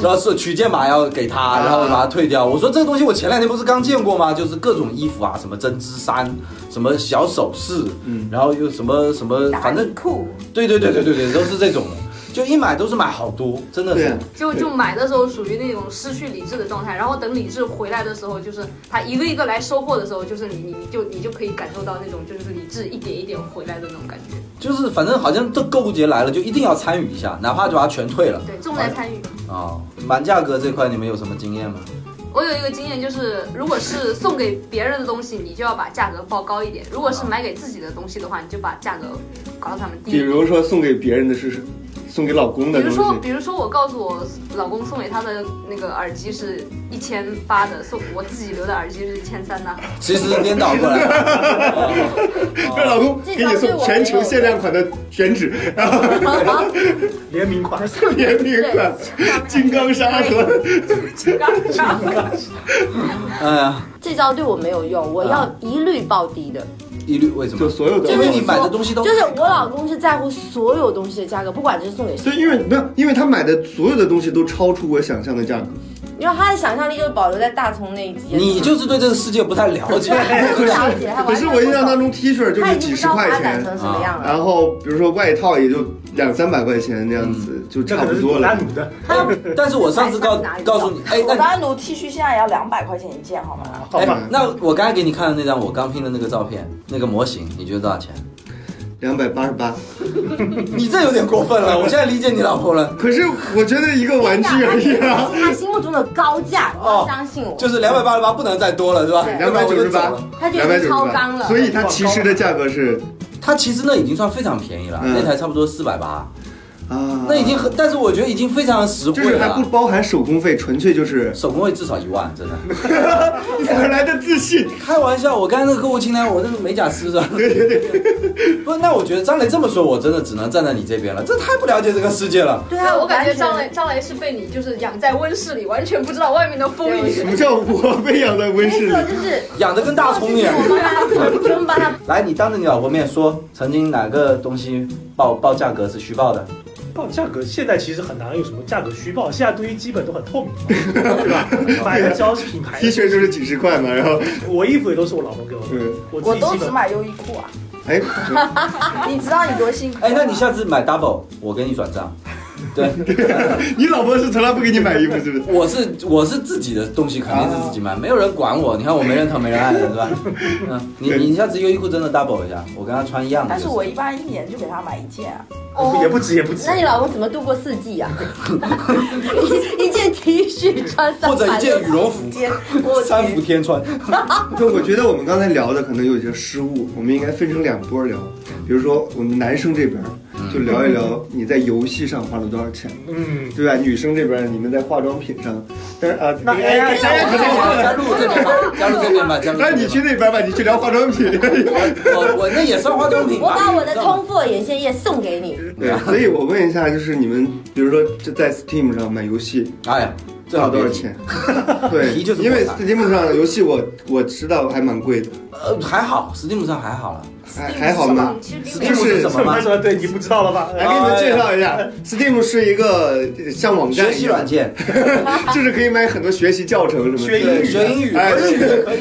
然后是取件码要给他，然后把他退掉。我说这个东西我前两天不是刚见过吗？就是各种衣服啊，什么针织衫，什么小首饰，嗯，然后又什么什么，反正酷，对对对对对对，都是这种的，就一买都是买好多，真的对是啊。就就买的时候属于那种失去理智的状态，然后等理智回来的时候，就是他一个一个来收获的时候，就是你你你就你就可以感受到那种就是理智一点一点回来的那种感觉。就是反正好像这购物节来了就一定要参与一下，哪怕就把它全退了对，重在参与。啊、满价格这块你们有什么经验吗？我有一个经验就是，如果是送给别人的东西，你就要把价格报高一点；如果是买给自己的东西的话，你就把价格搞到他们低。比如说送给别人的是送给老公的比如东说，西。比如说我告诉我老公送给他的那个耳机是一千八的，送我自己留的耳机是一千三的。其实颠倒过来，让老公给你送全球限量款的卷纸，然后联名款，送联名款 金刚砂和金刚砂，哎呀，这招对我没有用，我啊要一律报低的。一律为什就么？所有的。就因是为说你买的东西都就是我老公是在乎所有东西的价格，不管是送给谁对，，因为没有，因为他买的所有的东西都超出我想象的价格。因为他的想象力就保留在大葱那一集。你就是对这个世界不太了解。他不了解，他可哎完是全我印不象当懂，中，T 恤就他是已经几不十知道块发展钱，啊成什么样了。然后比如说外套也就两三百块钱那样子，就嗯这差可能不是多佐了丹。奴的，但是我上次告告诉你，哎，佐那丹奴 T 恤现在也要两百块钱一件，好吗？好吧哎，，那我刚才给你看的那张我刚拼的那个照片，那个模型，你觉得多少钱？两百八十八。你这有点过分了，我现在理解你老婆了，可是我觉得一个玩具而已啊。哦是他心目中的高价，你要相信我。就是两百八十八，不能再多了，是吧？两百九十八，他就两已百经九超十纲八，了所以它其实的价格是它其实那已经算非常便宜了，嗯那台差不多四百八，啊，那已经很，但是我觉得已经非常实就惠是还了不。包含手工费，纯 粹就是手工会至少一万，真的。你哪来的自信？开玩笑，我刚才那个购物清单，我那个美甲师的。对对对。不，那我觉得张雷这么说，我真的只能站在你这边了，这太不了解这个世界了。对对啊，我感觉张完雷张雷是被你就是养在温室里，完全不知道外面的风什雨。么叫我被养在温室全没里错，？就是养的跟大葱一样。我帮他真帮他来，你当着你老婆面说，曾经哪个东西报报价格是虚报的？报价格现在其实很难有什么价格虚报，现在对于基本都很透 明嘛，对吧？买个交品牌 T 恤就是几十块嘛，然后我衣服也都是我老婆给我的，嗯，我自我己都基只本买优衣库啊， 哎，你知道你多辛苦吗？哎，那你下次买 double，我给你转账。对，你老婆是从来不给你买衣服，是不是？我是我是自己的东西，肯定是自己买，没有人管我。你看我没人疼没人爱的，是吧？嗯，你你下次优衣库真的 double 一下，我跟她穿一样的但就是行。我一般一年就给他买一件啊，也不止也不止那，你老公怎么度过四季啊？ 一一件 T 恤穿三或者一件羽绒 服，接三伏天穿。对，我觉得我们刚才聊的可能有一些失误，我们应该分成两波聊。比如说我们男生这边就聊一聊你在游戏上花了多少钱，嗯，对吧？女生这边你们在化妆品上，但是啊，那 AI 大家可能忘了加入这边吧，加入这边吧，加入这边吧。哎那你去那边吧，你去聊化妆品。我我那也算化妆品吧。我把我的啊通富眼线液送给你， 对，所以我问一下，就是你们，比如说就在 Steam 上买游戏哎呀，最花好多别少提？钱？对，提就是因为破产 Steam 上的游戏我我知道还蛮贵的，呃，还好，Steam 上还好了。还还好吗？其实并没有 Steam 是什么吗他？说对你不知道了 吧？啊来给你们介绍一下，Steam 是一个呃像网站哎学一习样软，件，就是可以买很多学习教程什么的。学英对，语学英语、哎日语、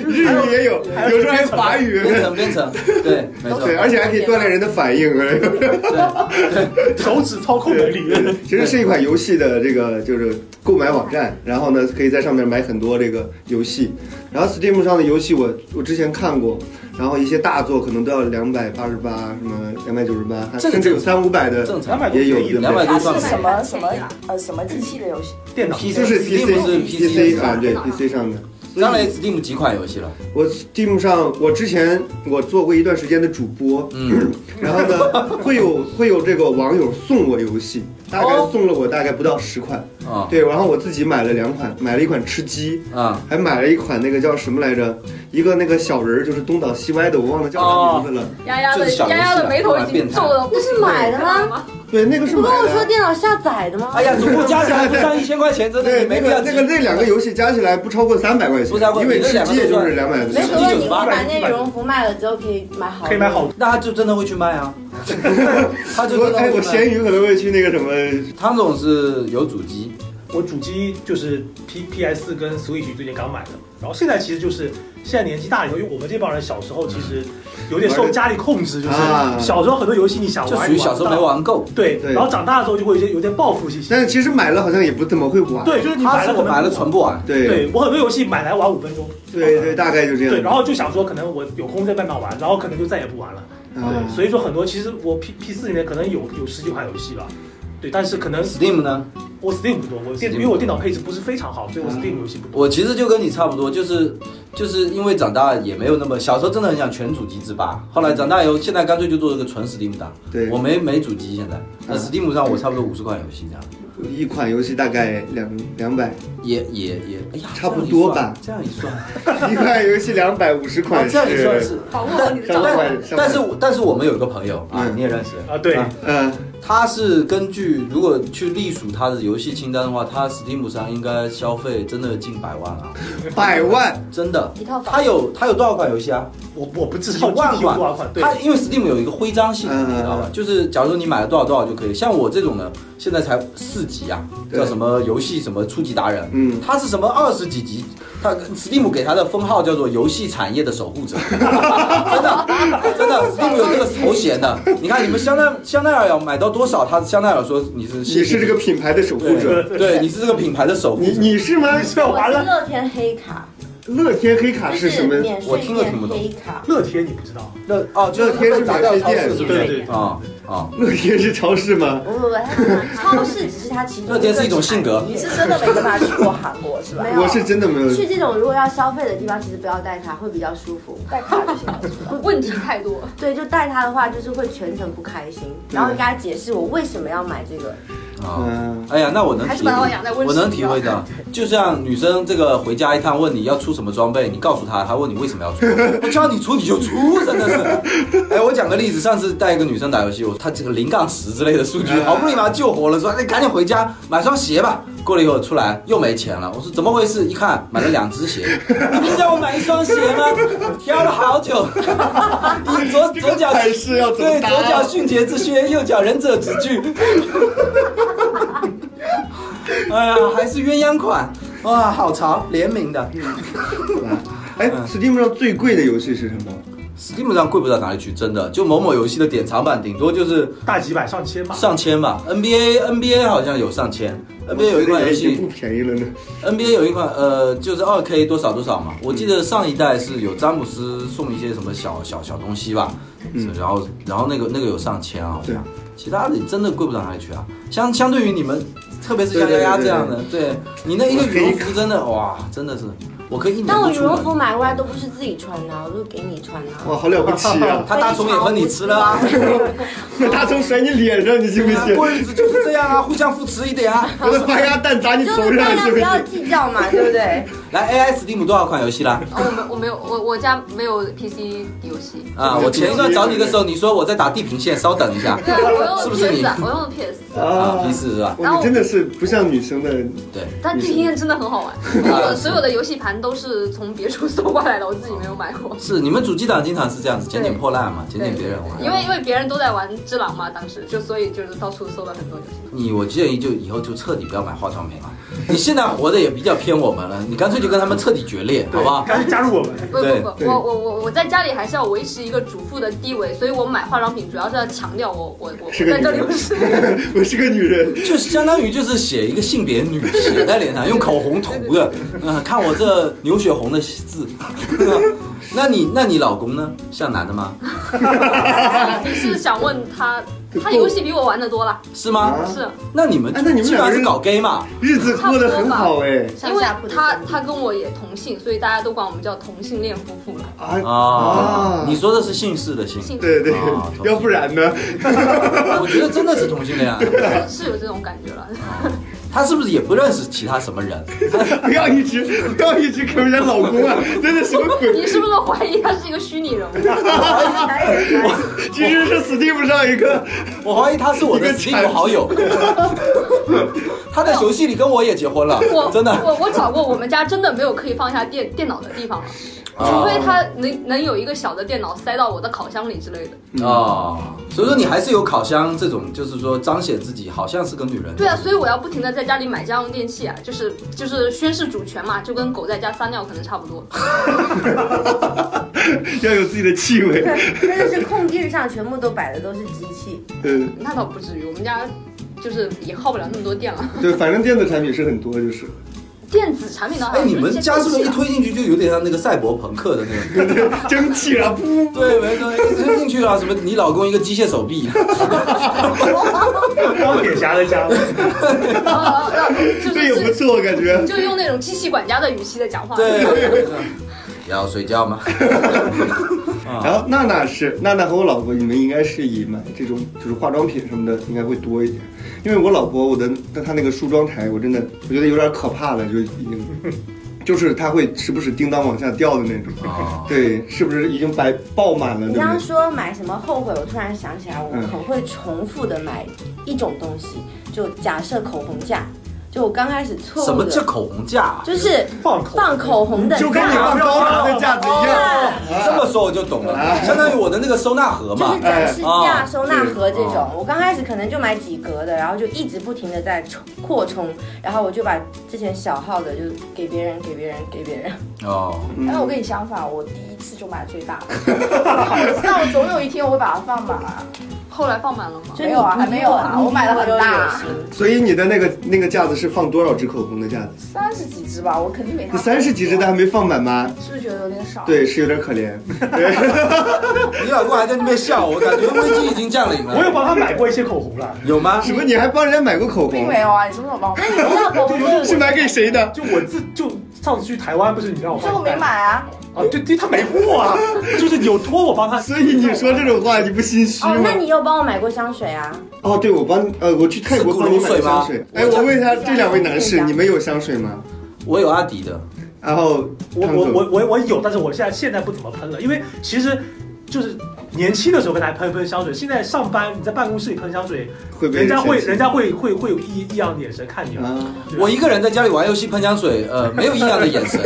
日语也有，有时候还有法语。编程、编程，对， 没错，对，而且还可以锻炼人的反应。手指操控能 力，其实是一款游戏的这个就是购买网站，然后呢可以在上面买很多这个游戏，然后 Steam 上的游戏我我之前看过，然后一些大作可能都要两百八十八，什么两百九十八，这个甚至有正三五百的正两常百。也有，对两不百对？它多算是不什上么什么呃什么机器的游戏？电脑 PC 就是 Steam 是 PC PC 啊，上对上 PC 上的。张磊 Steam 几款游戏了？我 Steam 上，我之前我做过一段时间的主播，嗯， 然后呢，会有会有这个网友送我游戏，大概送了我大概不到十款，啊对，然后我自己买了两款，买了一款吃鸡，啊，还买了一款那个叫什么来着？一个那个小人儿，就是东倒西歪的，我忘了叫哦啥名字了。丫丫这的是小游丫戏丫的眉头已变经态皱了，那是买的吗？对，那个是你不买跟我说的。电脑下载的吗？哎呀，总共加起来不上一千块钱，真的对，你没那必要个记。那个那两个游戏加起来不超过三百块不超钱，过因为你那吃两个鸡也就是都两百多块没所钱。谓，你把那羽绒服卖了之后可以买好，可以买好。那他就真的会去卖 啊，他就我真的哎，会我去卖。咸鱼可能会去那个什么，汤总是有主机，我主机就是 P P S 跟 Switch 最近刚买的，然后现在其实就是现在年纪大以后，因为我们这帮人小时候其实有点受家里控制，就是啊小时候很多游戏你想就玩，属于小时候没你不到。玩够。对，对然后长大的时候就会有些有点报复性。但是其实买了好像也不怎么会玩。对，就是你他买是了我可能买了存不完，对对我很多游戏买来玩五分钟，嗯嗯对对，大概就这样。对，然后就想说可能我有空再慢慢玩，然后可能就再也不玩了。啊对，所以说很多其实我 P P 四里面可能有有十几款游戏吧，对，但是可能 Steam 呢？我 Steam 不多，我电 Steam 因为我电脑配置不是非常好，所以我 Steam 游戏不多。我其实就跟你差不多，就是就是因为长大也没有那么，小时候真的很想全主机自霸，后来长大以后，现在干脆就做了个纯 Steam 档。对嗯我没没主机，现在那 Steam 上我差不多五十款游戏这样，一款游戏大概两两百，也也也，哎呀，差不多吧这样一算。一款游戏两百五十啊款，这样也算是，保护好但你的上账班户。但上班但是我但是我们有一个朋友啊，嗯你也认识，啊，对，嗯，他是根据如果去隶属他的游戏清单的话，他 Steam 上应该消费真的近百万啊，百万，真的一套。房他有他有多少款游戏啊？我我不知一道万哦具体有款多少款，对，它因为 Steam 有一个徽章系统，嗯你知道吧？就是假如说你买了多少多少就可以。像我这种呢，现在才四级啊，对叫什么游戏什么初级达人，嗯他是什么二十几级，他 Steam 给他的封号叫做游戏产业的守护者， 真的真的 Steam 有这个头衔的。你看你们香奈香奈儿要买到多少，他香奈儿说你是你是这个品牌的守护对者，对，你是这个品牌的守护你者。你是吗？我是乐天黑卡，乐天黑卡就是是啊什么？免我税听都听店不懂黑卡。乐天你不知道，那哦，就是乐天是被砸掉免税超市店是不对是？对啊啊，乐天是超市吗？不不不，它超市只是它其中乐天是一种性格你是真的没跟他去过韩国是吧没？有我是真的没有。去这种如果要消费的地方，其实不要带它，会比较舒服。带卡就行了是吧？问题太多，对，就带它的话，就是会全程不开心，然后跟他解释我为什么要买这个。啊。嗯，哎呀，那我能还是体把它会养在温我室能里体吧会的。 就像女生这个回家一趟问你要出什么装备，你告诉她，她问你为什么 要出，我叫你出你就出，真的是。哎，我讲个例子，上次带一个女生打游戏，我她这个零杠十之类的数据，好不容易把她救活了，说你赶紧回家买双鞋吧。过了一会儿出来又没钱了，我说怎么回事？一看买了两只鞋， 你不是让我买一双鞋吗？挑了好久， 你啊左左脚还是要怎么对，搭？啊左脚迅捷之靴，右脚忍者之具。哎呀，还是鸳鸯款，哇，好潮，联名的。嗯哎，Steam 嗯上最贵的游戏是什么？ Steam 上贵不到哪里去，真的，就某某游戏的典藏版，顶多就是大几百上千吧，上千吧。NBA NBA 好像有上千，NBA 呃有一款游我觉得也不戏便宜了呢。 ，NBA 有一款呃，就是二 K 多少多少嘛。我记得上一代是有詹姆斯送一些什么小小小东西吧，嗯然后然后那个那个有上千啊，好对像。其他的你真的贵不到哪里去啊。相相对于你们，特别是像丫丫这样的，对你那一个羽绒服真的哇，真的是，我可以一年但我不羽出绒服门。买过来都不是自己穿的，啊我都给你穿的。哇，好了不起 啊！他大葱也分你吃了啊，那大葱甩你脸上，你信不 信？过日子就是这样啊，互相扶持一点啊。我的花鸭蛋砸你就 头是大上，信家不不信？要计较嘛，对不对？来，AI Steam 多少款游戏 啦？哦，我没我没有我我家没有 PC 游戏，啊，我前一段找你的时候，你说我在打地平线，稍等一下对啊，我是用不是 PS，你啊我用 PS，啊啊，P 四是吧？哇，你真的是不像女生的，对，但地平线真的很好玩，啊我所有的游戏盘都是从别处搜过来的，我自己没有 买过。是你们主机党经常是这样子，捡点破烂嘛，捡点别人玩。因为因为别人都在玩只狼嘛，当时就所以就是到处搜了很多游戏。你我建议就以后就彻底不要买化妆品了，你现在活的也比较偏我们了，你干脆就跟他们彻底决裂，好不好？赶紧加入我们，不对不不，对我我我我在家里还是要维持一个主妇的地位，所以我买化妆品主要是要强调我我我我是个在女这里人不是。我是个女人。就相当于就是写一个性别 女写在脸上，用口红涂的，嗯、看我这牛血红的字。 那你那你老公呢？像男的吗？ 你是想问他，他游戏比我玩的多了，是吗？啊是那你们哎那你们基本上两个是人搞 gay 嘛？日子过得很好哎、因为上下铺的他生活他跟我也同性，所以大家都管我们叫同性恋夫妇了。啊啊，你说的是姓氏的姓，性对对啊， 要不然呢？ 我觉得真的是同性恋啊。是有这种感觉了， 他是不是也不认识其他什么人？ 不要一直不要一直坑人家老公啊！真的什么鬼你？是不是怀疑他是一个虚拟人物？其实是 Steam 上一个我怀疑他是我的一个 Steam 好友， 他在游戏里跟我也结婚了 我，真的。我我找过，我们家真的没有可以放下电电脑的地方了，除非啊他能能有一个小的电脑塞到我的烤箱里之类的。啊，所以说你还是有烤箱这种，就是说彰显自己好像是个女人。对啊，所以我要不停的在家里买家用电器啊，就是就是宣示主权嘛，就跟狗在家撒尿可能差不多。 要有自己的气味，真的是空地上全部都摆的都是机器，嗯，那倒不至于，我们家就是也耗不了那么多电了。 对，反正电子产品是很多，就是电子产品的话，哎，你们家是不是一就是推进去就有点像那个赛博朋克的那种？蒸汽 啊，噗，对，没错，一推进去啊了，什么你老公一个机械手臂，钢铁侠的加入，电器啊啊 啊啊就这也不是错，我感觉就用那种机器管家的语气在讲话。对，要睡觉吗？然后娜娜是娜娜和我老婆，你们应该是以买这种就是化妆品什么的，应该会多一点。因为我老婆，我的但她那个梳妆台，我真的我觉得有点可怕了，就已经， 就是她会时不时叮当往下掉的那种。啊，对，是不是已经白爆满了？你对刚不刚对？说买什么后悔，我突然想起来，我嗯很会重复的买一种东西，就假设口红架，就我刚开始错什误么叫的，口红架啊？就是放口放口红的就跟你架放，高达的架子一样。这么说我就懂啊了，相当于我的那个收纳盒就嘛是。展示哎架、收纳盒这种嗯哦。我刚开始可能就买几格的，然后就一直不停的在冲扩充，然后我就把之前小号的就给别人、给别人、给别人。哦，但哎是我跟你相反，我第一次就买最大的， 我知道总有一天我会把它放满啊。 后来放满了吗？就没有啊你还没有啊 你我买得很大啊你有野心所以你的那个那个架子是放多少支口红的架子？三十几支吧，我肯定没你他。三十几支的还没放满吗？是不是觉得有点少？，对，是有点可 怜。 你老公还在那边笑，我感觉危机已经降临我有了。帮他买过一些口红啦，有吗？什么？你还帮人家买过口并红？没有啊。你什么时候帮我买？那你知 道口红是是买给谁的？就我自就上次去台湾不是你让我最帮后你没带买啊。啊，对对，他没货 啊，就是有托我帮他，所以你说这种话你不心虚哦，吗？那你又帮我买过香水啊？哦，对，我帮呃，我去泰国帮你买的香水是古。龙水哎，吗我问一下这两位男士，你们有香水吗？我有阿迪的，然后我康我总我我我有，但是我现在现在不怎么喷了，因为其实就是年轻的时候跟大家喷喷香水，现在上班你在办公室里喷香水，会被人家会生气人家会会会有异异样的眼神看你啊。啊，对我一个人在家里玩游戏喷香水，呃，没有异样的眼神，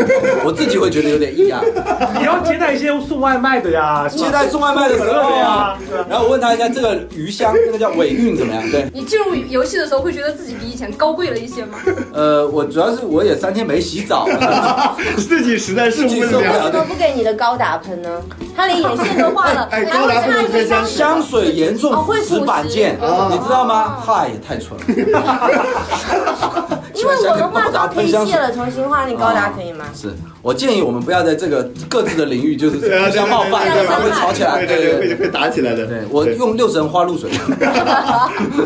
我自己会觉得有点异样。啊你要接待一些送外卖的呀，是吧接待送外卖的时可乐候的啊呀，，是吧然后我问他一下这个鱼香，那个叫尾韵怎么样？对，你进入游戏的时候会觉得自己比以前高贵了一些吗？ 呃，我主要是我也三天没洗澡了， 自己实在受不自己受不为了了。什么不给你的高达喷呢？他连眼线都画了，哎哎然后高达不差能一支喷香水香水。香水严重哦腐会腐蚀板蚀腱，哦你知道吗？嗨，也太蠢了。 因为我们化妆可以卸了，重新画，你高达可以吗？是我建议我们不要在这个各自的领域就是对啊互相冒犯，对对对然后会吵起来。对对对，会会打起来的。对，我用六神花 露水，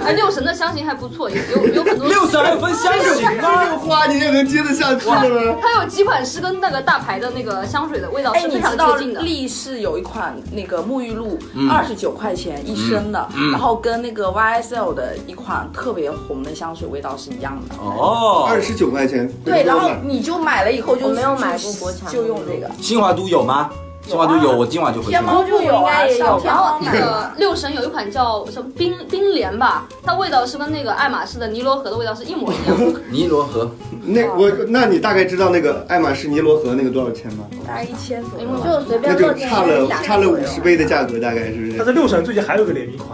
哎，六神的香型还不错，有有有很多 六神还有分香型这个吗？花你就能接得下去了吗？它有几款是跟那个大牌的那个香水的味道哦哎，是你非知常道接近的。力士有一款那个沐浴露，嗯二十九块钱一升的，然后跟那个 YSL 的一款特别红的香水味道是一样的。哦二，十九块钱，对，然后你就买了以后就我没有买过国产就用这个。新华都有吗？新华都啊有，我今晚就回去天买。猫就有应啊该，也有吧上天然猫后买的。那个六神有一款叫什么冰冰莲吧，它味道是跟那个爱马仕的尼罗河的味道是一模一样的。尼罗河，那我那你大概知道那个爱马仕尼罗河那个多少钱吗？大概一千左右。就随那便就做差了差了五十倍的价格，大概是不但是？是六神最近还有一个联名款，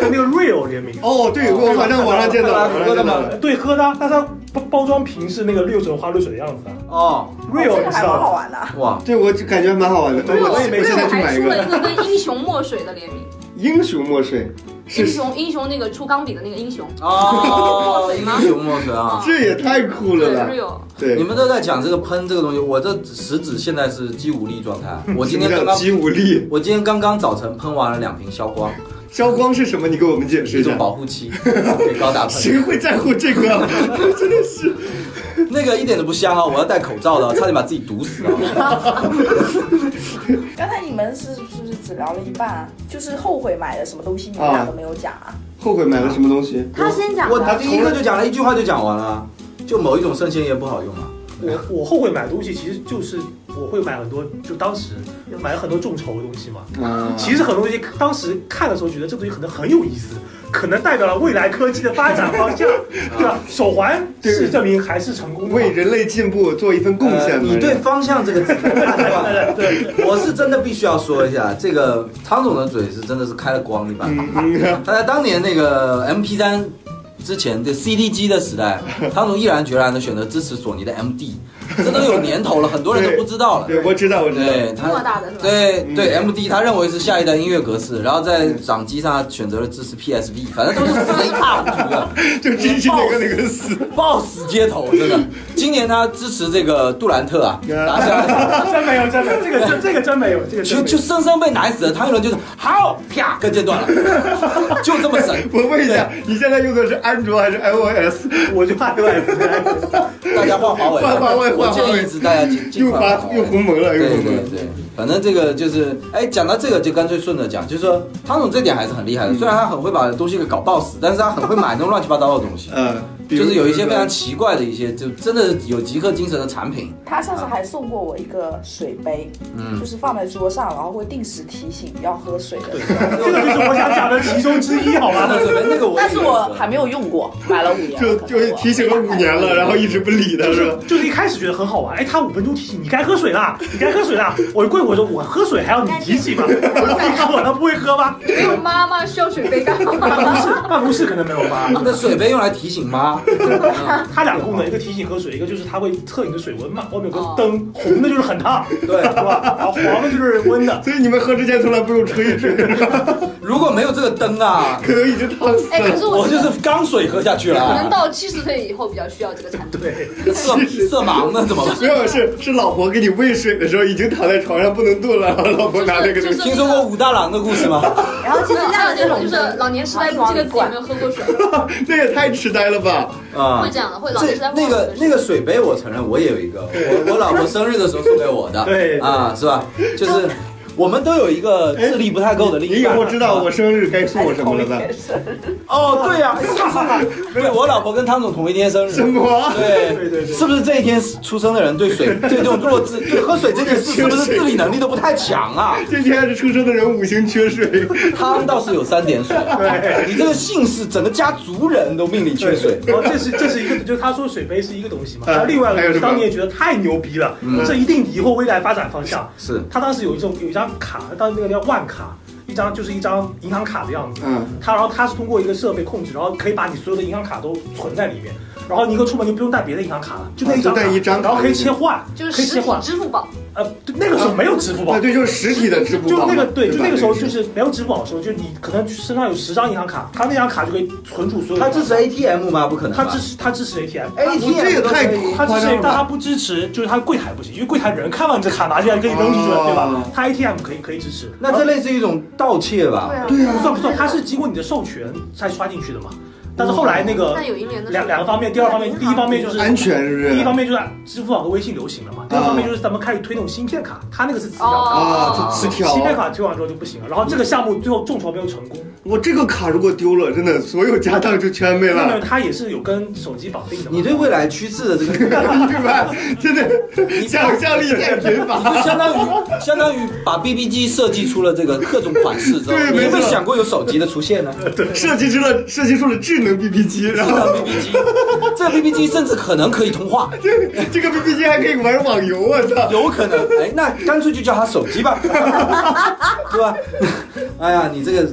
跟那个 Real 联名。哦，对，我好像网上见到了，网上见到了。对，喝的啊，但是它包包装瓶是那个六神花露水的样子啊。哦，这 Real 个你还知蛮好道，玩的。哇，对，我就感觉蛮好玩的。对我也没现见在过去买还一出了一个个跟英雄墨水的联名，英雄墨水，英是雄英雄那个出钢笔的那个英雄， 哦，水吗英雄墨水啊。这也太酷了对啦！ ，real。对，你们都在讲这个喷这个东西，我这食指现在是肌无力状 态。啊我今天什刚么叫刚，肌无力，我今天刚刚早晨喷完了两瓶消光，消光是什么？你给我们解释一一种下。保护漆，给 高达谁喷。会在乎这个 啊？真的是，那个一点都不香啊！我要戴口罩了，差点把自己毒死啊！刚才你们是是不是只聊了一半啊？就是后悔买的什么东西，你们俩都没有讲啊？后悔买了什么东 西？ 他先讲我吧，第一个就讲了一句话就讲完了，就某一种生鲜液不好用啊。我我后悔买东西，其实就是我会买很多，就当时买了很多众筹的东西嘛。嗯啊，其实很多东西当时看的时候觉得这东西可能很有意思，可能代表了未来科技的发展方 向，对吧？手环是证明还是成功的嘛。为人类进步做一份贡献呃嘛。你对方向这个词， 对对对，我是真的必须要说一下，这个汤总的嘴是真的是开了光一般。嗯，嗯他在当年那个 MP 3之前的 CD 机的时代，汤总毅然决然的选择支持索尼的 MD，这都有年头了，很多人都不知道了。对，我知道，我知道。对这么他，大的是吧？对嗯对 MD，他认为是下一代音乐格式，然后在掌机上选择了支持 PSV，反正都是死得一塌糊涂的，就真是那个那个死，暴死街头，真的。今年他支持这个杜兰特啊，打起来了。真没有，真没有，这个真这个真没有，这个真就没有就。生生被奶死了，唐一伦就是好啪跟腱断了，就这么神。我问一下，你现在用的是安卓还是 iOS？我就怕对吧？ 大家换华为吧，换华为我建议是大家尽尽又快发玩完又红蒙了，又对红蒙对了。对，反正这个就是，哎，讲到这个就干脆顺着讲，就是说汤总这点还是很厉嗯害的，虽然他很会把东西给搞爆死，但是他很会买那种乱七八糟的东西，呃， 比就如是有一些非常奇怪的一些，就真的有极客精神的产 品。他上次还送过我一个水杯，嗯就是放在桌上，然后会定时提醒要喝水的。这个就是我想讲的其中之一，好啊吧？那个我但是我还没有用过，买了五年就了，可能就我提醒了五年了，然后一直不理他， 是吧？就是一开始觉得很好玩，哎，他五分钟提醒你该喝水啦，你该喝水啦。我一跪我说我喝水还要你提醒吗？我自己喝我能不会喝吗？没有妈妈需要水杯干 嘛？办公室办公室可能没有 吧。嗯那水杯用来提醒吗？ 它两个功能，一个提醒喝水，一个就是它会测你的水温嘛。外面有个哦灯，红的就是很烫，对对吧？然后黄的就是温 的。所以你们喝之前从来不用吹水，如果没有这个灯啊， 可能已经烫死哎，可了。是我 我就觉得是刚水喝下去可能了，啊到七十岁以后比较需要这个产品。对， 色色盲了怎么办？没有，是是老婆给你喂水的时候已经躺在床上不能动了，然后老婆拿那个就是东就是西。听说过武大郎的故 事吗？然后其实还那有个这种就是老年痴呆不记得自己有没有喝过水， 那也太痴呆了吧！啊会这样的，会老年这痴呆会那个那个水杯，我承认我也有一个，我我老婆生日的时候送给我的，对啊，是吧？就是我们都有一个智力不太够的另你一以半。啊后知道我生日该送我什么 了吧？ 哦，对呀、是对我老婆跟汤总同一天生日，什么？对对对对是不是这一天出生的人对水对这种弱智对喝水这件事是不是自理能力都不太强啊？这天是出生的人五行缺水，汤倒是有三点水，啊对你这个姓氏整个家族人都命里缺水。然后这是这是一个，就是他说水杯是一个东西嘛，嗯然后另外一个还有什就是么嗯当年觉得太牛逼了，这一定以后未来发展方向。是他当时有一种有一张卡，当时那个叫万卡，一张就是一张银行卡的样子。嗯，他然后他是通过一个设备控制，然后可以把你所有的银行卡都存在里面，然后你以后出门就不用带别的银行卡了，就那一张啊卡，就带一张卡然后可以切换，就是可以实切体换。支付宝，呃，对那个时候没有支付宝啊，，对，就是实体的支付就宝嘛。那个对，就吧那个时候就是没有支付宝的时候，就你可能身上有十张银行卡，他那张卡就可以存储所有的他银行卡。支持 ATM 吗？不可能吧，他支持他支持 ATM。我这 ATM 也都太可以他支夸持张，了但吧他不支持，就是他柜台不行，因为柜台人看到你这卡拿进来给你扔出去了，对哦吧？他 ATM 可以可以支持。那这类似于一种盗窃吧？对啊，对不算不算，他是经过你的授权才刷进去的嘛。但是后来那个哦那有一年的两两个方面，第二方面，第一方面就是安全是不是？第一方面就是支付宝和微信流行了嘛，第二方面就是咱们开始推那种芯片卡，他那个是磁条卡。啊，哦，磁芯片条。卡推广之后就不行了，然后这个项目最后众筹没有成功，我这个卡如果丢了，真的所有家当就全没那么了， 它也是有跟手机绑定的嘛。你对未来趋势的这个，对吧？真的想象力太贫乏。就相当于相当于把 BB 机设计出了这个各种款式之对后，你有没没有错想过有手机的出现呢？设计出了设计出了智能 BB 机，然这后个 BB 机，这个 BB 机甚至可能可以通话，这个 BB 机还可以玩网游，我操！有可能。哎，那干脆就叫它手机吧，对吧？哎呀，你这个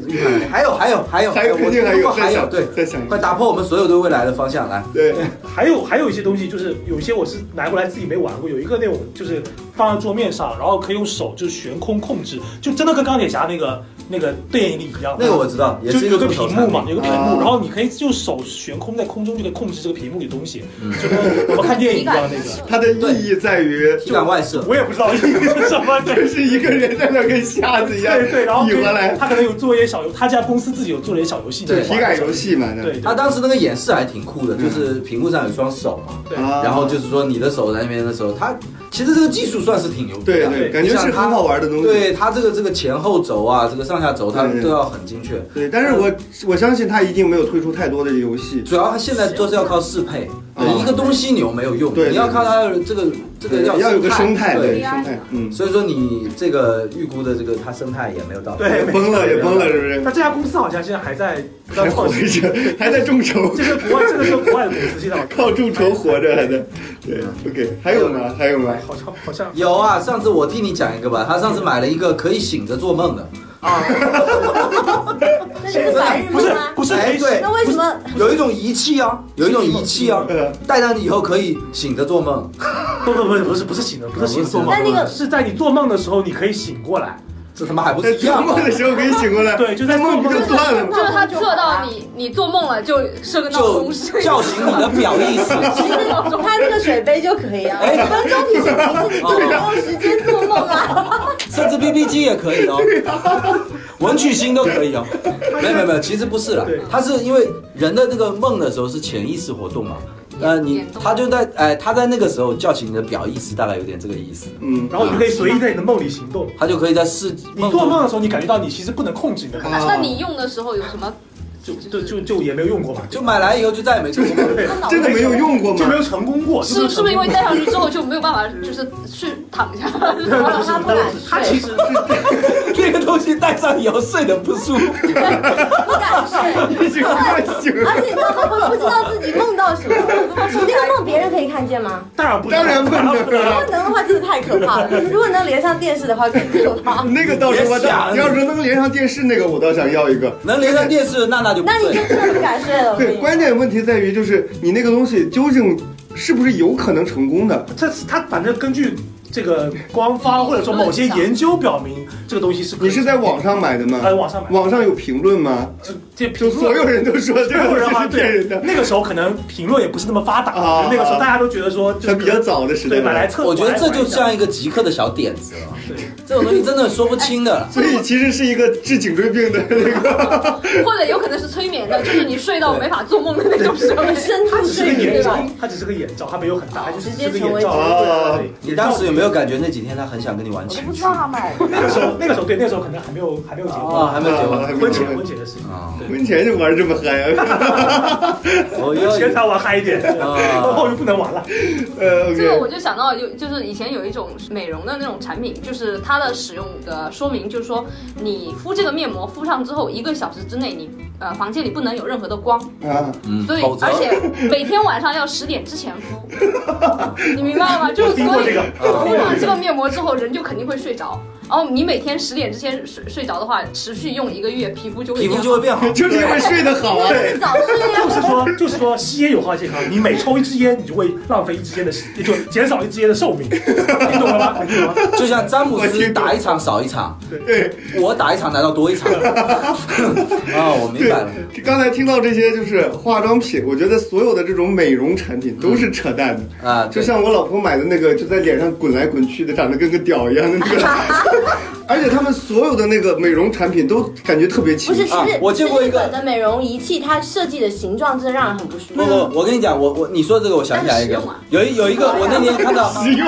还有还有还有还有我肯定还有如果还再有想对再想一，个快打破我们所有对未来的方向来。对，还有还有一些东西，就是有一些我是拿过来自己没玩过，有一个那种就是放在桌面上，然后可以用手就是悬空控制，就真的跟钢铁侠那个那个电影里一样。那个我知道，也就是一有个众筹屏幕嘛产，品有个屏啊幕，然后你可以用手悬空在空中就可以控制这个屏幕里的东西，就跟我们看电影一 样那个。它的意义在于，体感外设。我也不知道是什么，对就是一个人在那跟瞎 子一样对对，然后比划来，他可能有做一些小游，他家公司自己有做了一些小游戏，对体感游，戏嘛，对，啊他对当时那个演示还挺酷的，就是屏幕上有双手嘛，对啊然后就是说你的手在那边的时候，它其实这个技术算是挺牛逼对的。对，对感觉是很好玩的东西。对它这个这个前后轴啊，这个上下轴，它对对都要很精确。对，但是我我相信他一定没有推出太多的游戏。主要它现在都是要靠适配，嗯你一个东西牛没有用，对对你要靠它的这个这个对，要有个生态，对对。生态，嗯，所以说你这个预估的这个它生态也没有到。对崩了也崩了，是不 那是？这家公司好像现在还 在还在活创新，着，还在众筹这，是国外，这个是国外的公司，现在好像靠众筹活着，还在。对，OK，还有吗？还有吗哎，？ 好像好像有啊，上次我替你讲一个吧，他上次买了一个可以醒着做梦的，啊 那就是白日不是梦吗？不是哎黑市对那为什么有一种仪器啊，有一种仪器啊嗯，戴上去以后可以醒着做梦。 不不不是不是不是醒的，不是醒的做梦，那那个是在你做梦的时候你可以醒过来，这他妈还不在是一做样吗梦？的时候可以醒过来，对就在那梦不就做梦断了吗？就是他测到你你做梦了就设个闹就钟睡叫醒你的表意 识。其实他那个水杯就可以啊，哎五分钟提醒提示你就没有时间做梦啊。甚至 B B 机也可以哦，文曲星都可以哦。没有没有没有，其实不是啦对，它是因为人的那个梦的时候是潜意识活动嘛，呃，你点动他就在哎，他在那个时候叫醒你的表意识，大概有点这个意思，嗯，然后你可以随意在你的梦里行动。他就可以在世你做梦的时候，你感觉到你其实不能控制你的梦，那那你用的时候有什么？就就就就也没有用过嘛，就买来以后就再也没做过梦。 对，真的没有用过就没吗？有成功过，是就不是不是因为成戴上去之后就没有办法，就是去躺下？ 功过不是他不敢他其睡，实这个东西戴上以后睡得不舒服，不敢睡，已经快 醒了，而且他们会不知道自己梦到什么。那个梦别人可以看见吗？当然不当然不能如 了。果能的话，真的太可怕了。如果能连上电视的话，更可怕。那个倒是我别想倒，要是能连上电视那个，我倒想要一个。能连上电视，娜娜就不那你就睡。真的不敢睡了。我跟对，你说关键问题在于就是你那个东西究竟是不是有可能成功的？这是他反正根据这个官方或者说某些研究表明，这个东西是可以你是在网上买的呃吗？网上买，网上有评论吗？这这就所有人都说这所有个人东西啊，是骗对人的。那个时候可能评论也不是那么发达，啊那个时候大家都觉得说就它是比较早的时代对买来了，测，我觉得这就像像一个极客的小点子了对， 这种东西真的说不清的。所以其实是一个治颈椎病的那个。 或者有可能是催眠的，就是你睡到没法做梦的那种时候。深度只是个睡眠眼对罩吧？，它只是个眼罩，它没有很大，它就是直接是个眼罩成为哦对对对你当时有没有感觉那几天他很想跟你玩我都情不知趣道他买的。那个时候那个时候对那个时候可能还没有还没有结啊？婚，还没有结婚还没婚结前婚婚前的事情，啊？婚前就玩这么嗨啊？ 我婚前又才玩嗨一点，啊 婚后就不能玩了。呃这个我，OK，就想到有，就是以前有一种美容的那种产品，就是它的使用的说明，就是说你敷这个面膜敷上之后，一个小时之内你呃房间里不能有任何的光，啊，嗯所以否则而且每天晚上要十点之前 敷，你明白了吗？就是听所过以这个啊我听敷过上这这个个面膜之后，人就肯定会睡着。然后你每天十点之前睡睡着的话，持续用一个月，皮肤就会皮变肤好就会 变好。就是因为睡得好啊。早睡呀就。是说，就是说，吸烟有害健康。你每抽一支烟，你就会浪费一支烟的时，也就减少一支烟的寿命。你懂了吗？你懂了吗？就像詹姆我听斯懂打一场少一场，对我打一场难道多一场？ 啊，我明对白了。，刚才听到这些就是化妆品，我觉得所有的这种美容产品都是扯淡的。啊，就对，像我老婆买的那个，就在脸上滚来滚去的，长得跟个屌一样的那个，而且他们所有的那个美容产品都感觉特别奇不是，怪。是啊我见过一日个本的美容仪器，它设计的形状真的让人很不舒不服。不，我跟你讲，我我你说这个，我想起来一个但是实用啊，有一有一个，我那天 看到实用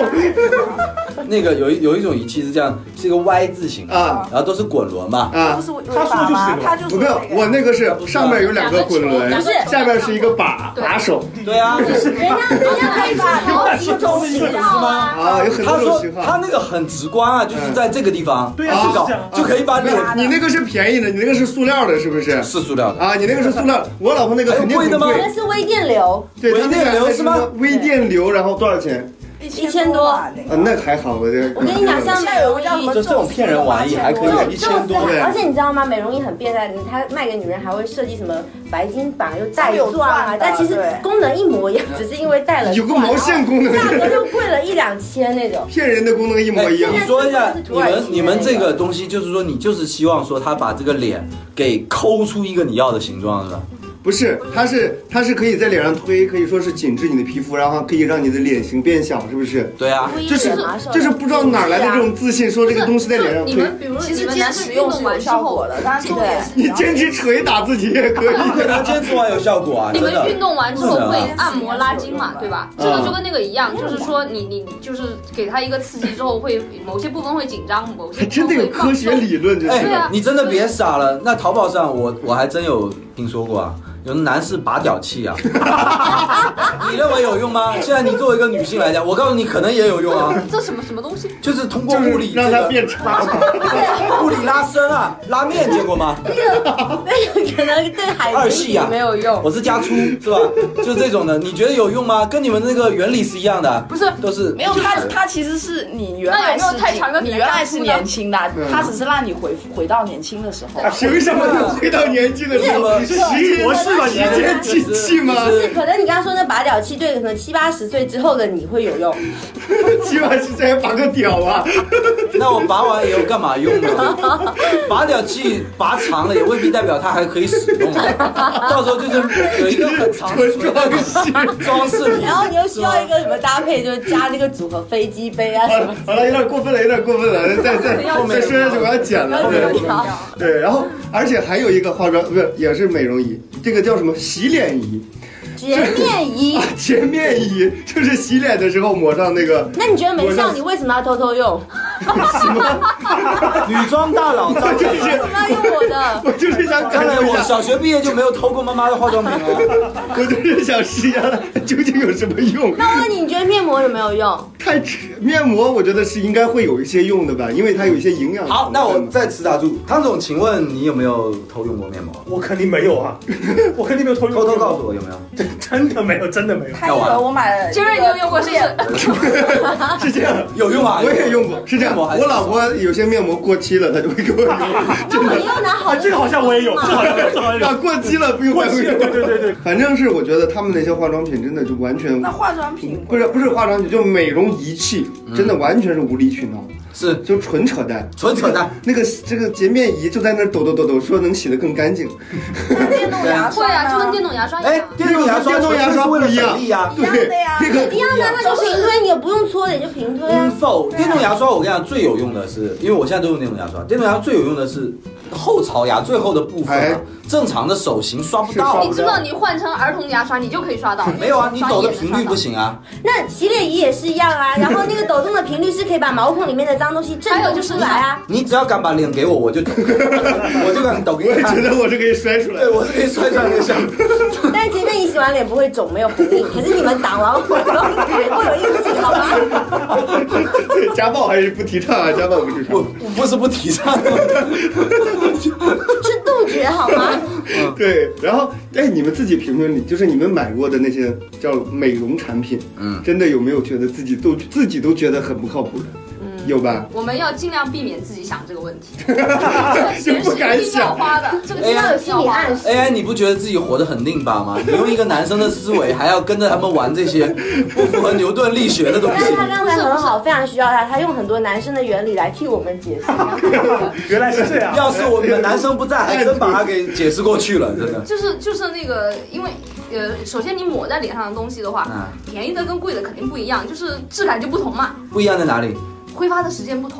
那个有一有一种仪器是这样，是一个 Y 字形的，啊然后都是滚轮嘛，不啊！是尾他说的就是这巴吗？个他就我说没有，我那个是上面有两个滚轮，两个球两个球下面是一个把对把手对啊。人家人家可以把 好几种形状啊。啊，有很他多种嗯说型他号。那个很直观啊，就是在这个地方，对啊就搞是这样啊就可以把没脸有，你那个是便宜的，你那个是塑料的，是不是？是塑料的，啊，你那个是塑料，我老婆那个肯定还有贵很的吗我贵们。是微电流，对，微它那个电流还是吗什么微电流，然后多少钱？一千多多吧那啊个，。那还好，我这个我跟你讲，像美容仪，就这种骗人玩意还可以有一这种千多，对而且你知道吗？美容仪很变态，它卖给女人还会设计什么白金榜又带有钻钻啊的，但其实对功能一模一样，只是因为带了有个钻毛线功能然后价格又贵了一两千那种。骗人的功能一模一样你哎。说一下现在是你土耳其们的你们这个东西，就是说你就是希望说他把这个脸给抠出一个你要的形状，是吧？不是，它是它是可以在脸上推，可以说是紧致你的皮肤，然后可以让你的脸型变小，是不是？对 啊，就是就是不知道哪来的这种自信，说这个东西在脸上你推。们比如其你实们坚男生持运用是动有完之效后果，的，但是 重点是你要坚持捶打自己也可以。你可能坚持完有效果啊，你真们的运。动完之后会按摩拉筋嘛，对吧？嗯这个就跟那个一样，就是说你你就是给他一个刺激之后，会某些部分会紧张，某些还部分真的有会科放学松。理论，就是、对啊哎你真的别傻了。那淘宝上我我还真有听说过啊，有男士拔屌器啊，你认为有用吗？现在你作为一个女性来讲，我告诉你，可能也有用啊，这什么什么东西？就是通过就物是理这让它个变长。 物理拉伸啊，拉面见过吗？那个可能对二海系绵呀体没有用。我是加粗是吧？就这种的，你觉得有用吗？跟你们那个原理是一样的啊，不是都是没有，它它其实是你原那来有没有是太长的你脸原来干是粗的年轻的嗯，它只是让你回回到年轻的时嗯候。凭什么能回到年轻的时候？你你是是实博士吧时你是间机器吗？就是啊可能你刚刚说那拔屌器对可能七八十岁之后的你会有用，起码是在拔个屌啊！ 那我拔完以后干嘛用 呢？拔屌器拔长了也未必代表它还可以使用啊，到时候就是有一个很长 的 纯装饰。装饰品然。后你又需要一个什么搭配，就是加那个组合飞机杯啊好什了么。好了，有点过分了，有点过分了，再再再说下去我要剪了。对呃对，然后而且还有一个化妆不是也是美容仪，这个叫什么洗脸仪。洁面 仪。洁面仪就是洗脸的时候抹上那个那你觉得没我效，让你为什么要偷偷用？什么？ 女装大 佬张就 磊。是不要用我的。我就是想感张磊，受一我下，小学毕业就没有偷过妈妈的化妆品 哦。我就是想试一下它 究竟有什么用。 那我问你，你觉得面膜有没有用？太吃面膜，我觉得是应该会有一些用的吧，因为它有一些营养成分嘛。好，那我嗯再次打住。汤总，请问你有没有偷用过面膜？我肯定没有啊， 我肯定没有偷用偷过偷告诉我有没有？真真的没有，真的没有。他以为我买了一个杰瑞，你有用过是不是？是这样。有用啊， 我也用过，是这样。面膜还我老婆有些面膜过期了，她就会给我 用，真我的。要拿好啊，的。这个好像我也有，这个好像这个好像啊，有。过期了不用过再期会了，对对对对，反正是我觉得他们那些化妆品真的就完全那化妆品不是不是化妆品，就美容仪器，真的完全是无理取闹，是就纯扯淡。纯扯淡。那个这个洁面仪就在那儿抖抖抖抖，说能洗得更干净。那电动牙会刷啊，就跟呢电动牙刷一哎样。，电动牙刷，电动牙刷是为了省力啊呀。一样对的呀，那一个样的，那就平推，你也不用搓的，你就平推嗯啊。否，电动牙刷我跟你讲最有用的是，因为我现在都用电动牙刷，电动牙刷最有用的是后槽牙最后的部分啊哎，正常的手型刷不是刷到不你。知不知道你换成儿童牙刷，你就可以刷到。没有啊，你刷抖的也能频刷率到不。行啊。那洗脸仪也是一样 啊，然后那个抖动的频率是可以把毛孔里面的脏东西震还有动就是出来啊。你只要敢把脸给我，我就抖，我就敢抖给我你也觉看。得我是可以摔出来对，的。我是可以摔上那个相机。 但是洁面仪洗完脸不会肿，没有红印，可是你们打完火之后还会有印记，好吗？ 对， 家暴还是不提倡啊，家暴不提我倡。我不是不提倡， 是杜绝好吗？对，然后哎，你们自己评评理，就是你们买过的那些叫美容产品，嗯真的有没有觉得自己都自己都觉得很不靠谱的？嗯有吧？ 我们要尽量避免自己想这个问题。这个钱是一定要花的，这个钱要有是一哎心定要理花暗的。示。 AI，你哎不觉得自己活得很拧巴吗？你用一个男生的思维，还要跟着他们玩这些不符合牛顿力学的东但西是。他刚才很好，非常需要他，他用很多男生的原理来替我们解释。 原来是这样。要是我们的男生不在，哎还真把他给解释过去了，真的。就是就是那个，因为呃，首先你抹在脸上的东西的话，嗯，便宜的跟贵的肯定不一样，就是质感就不同嘛，不一样在哪里？挥发的时间 不同。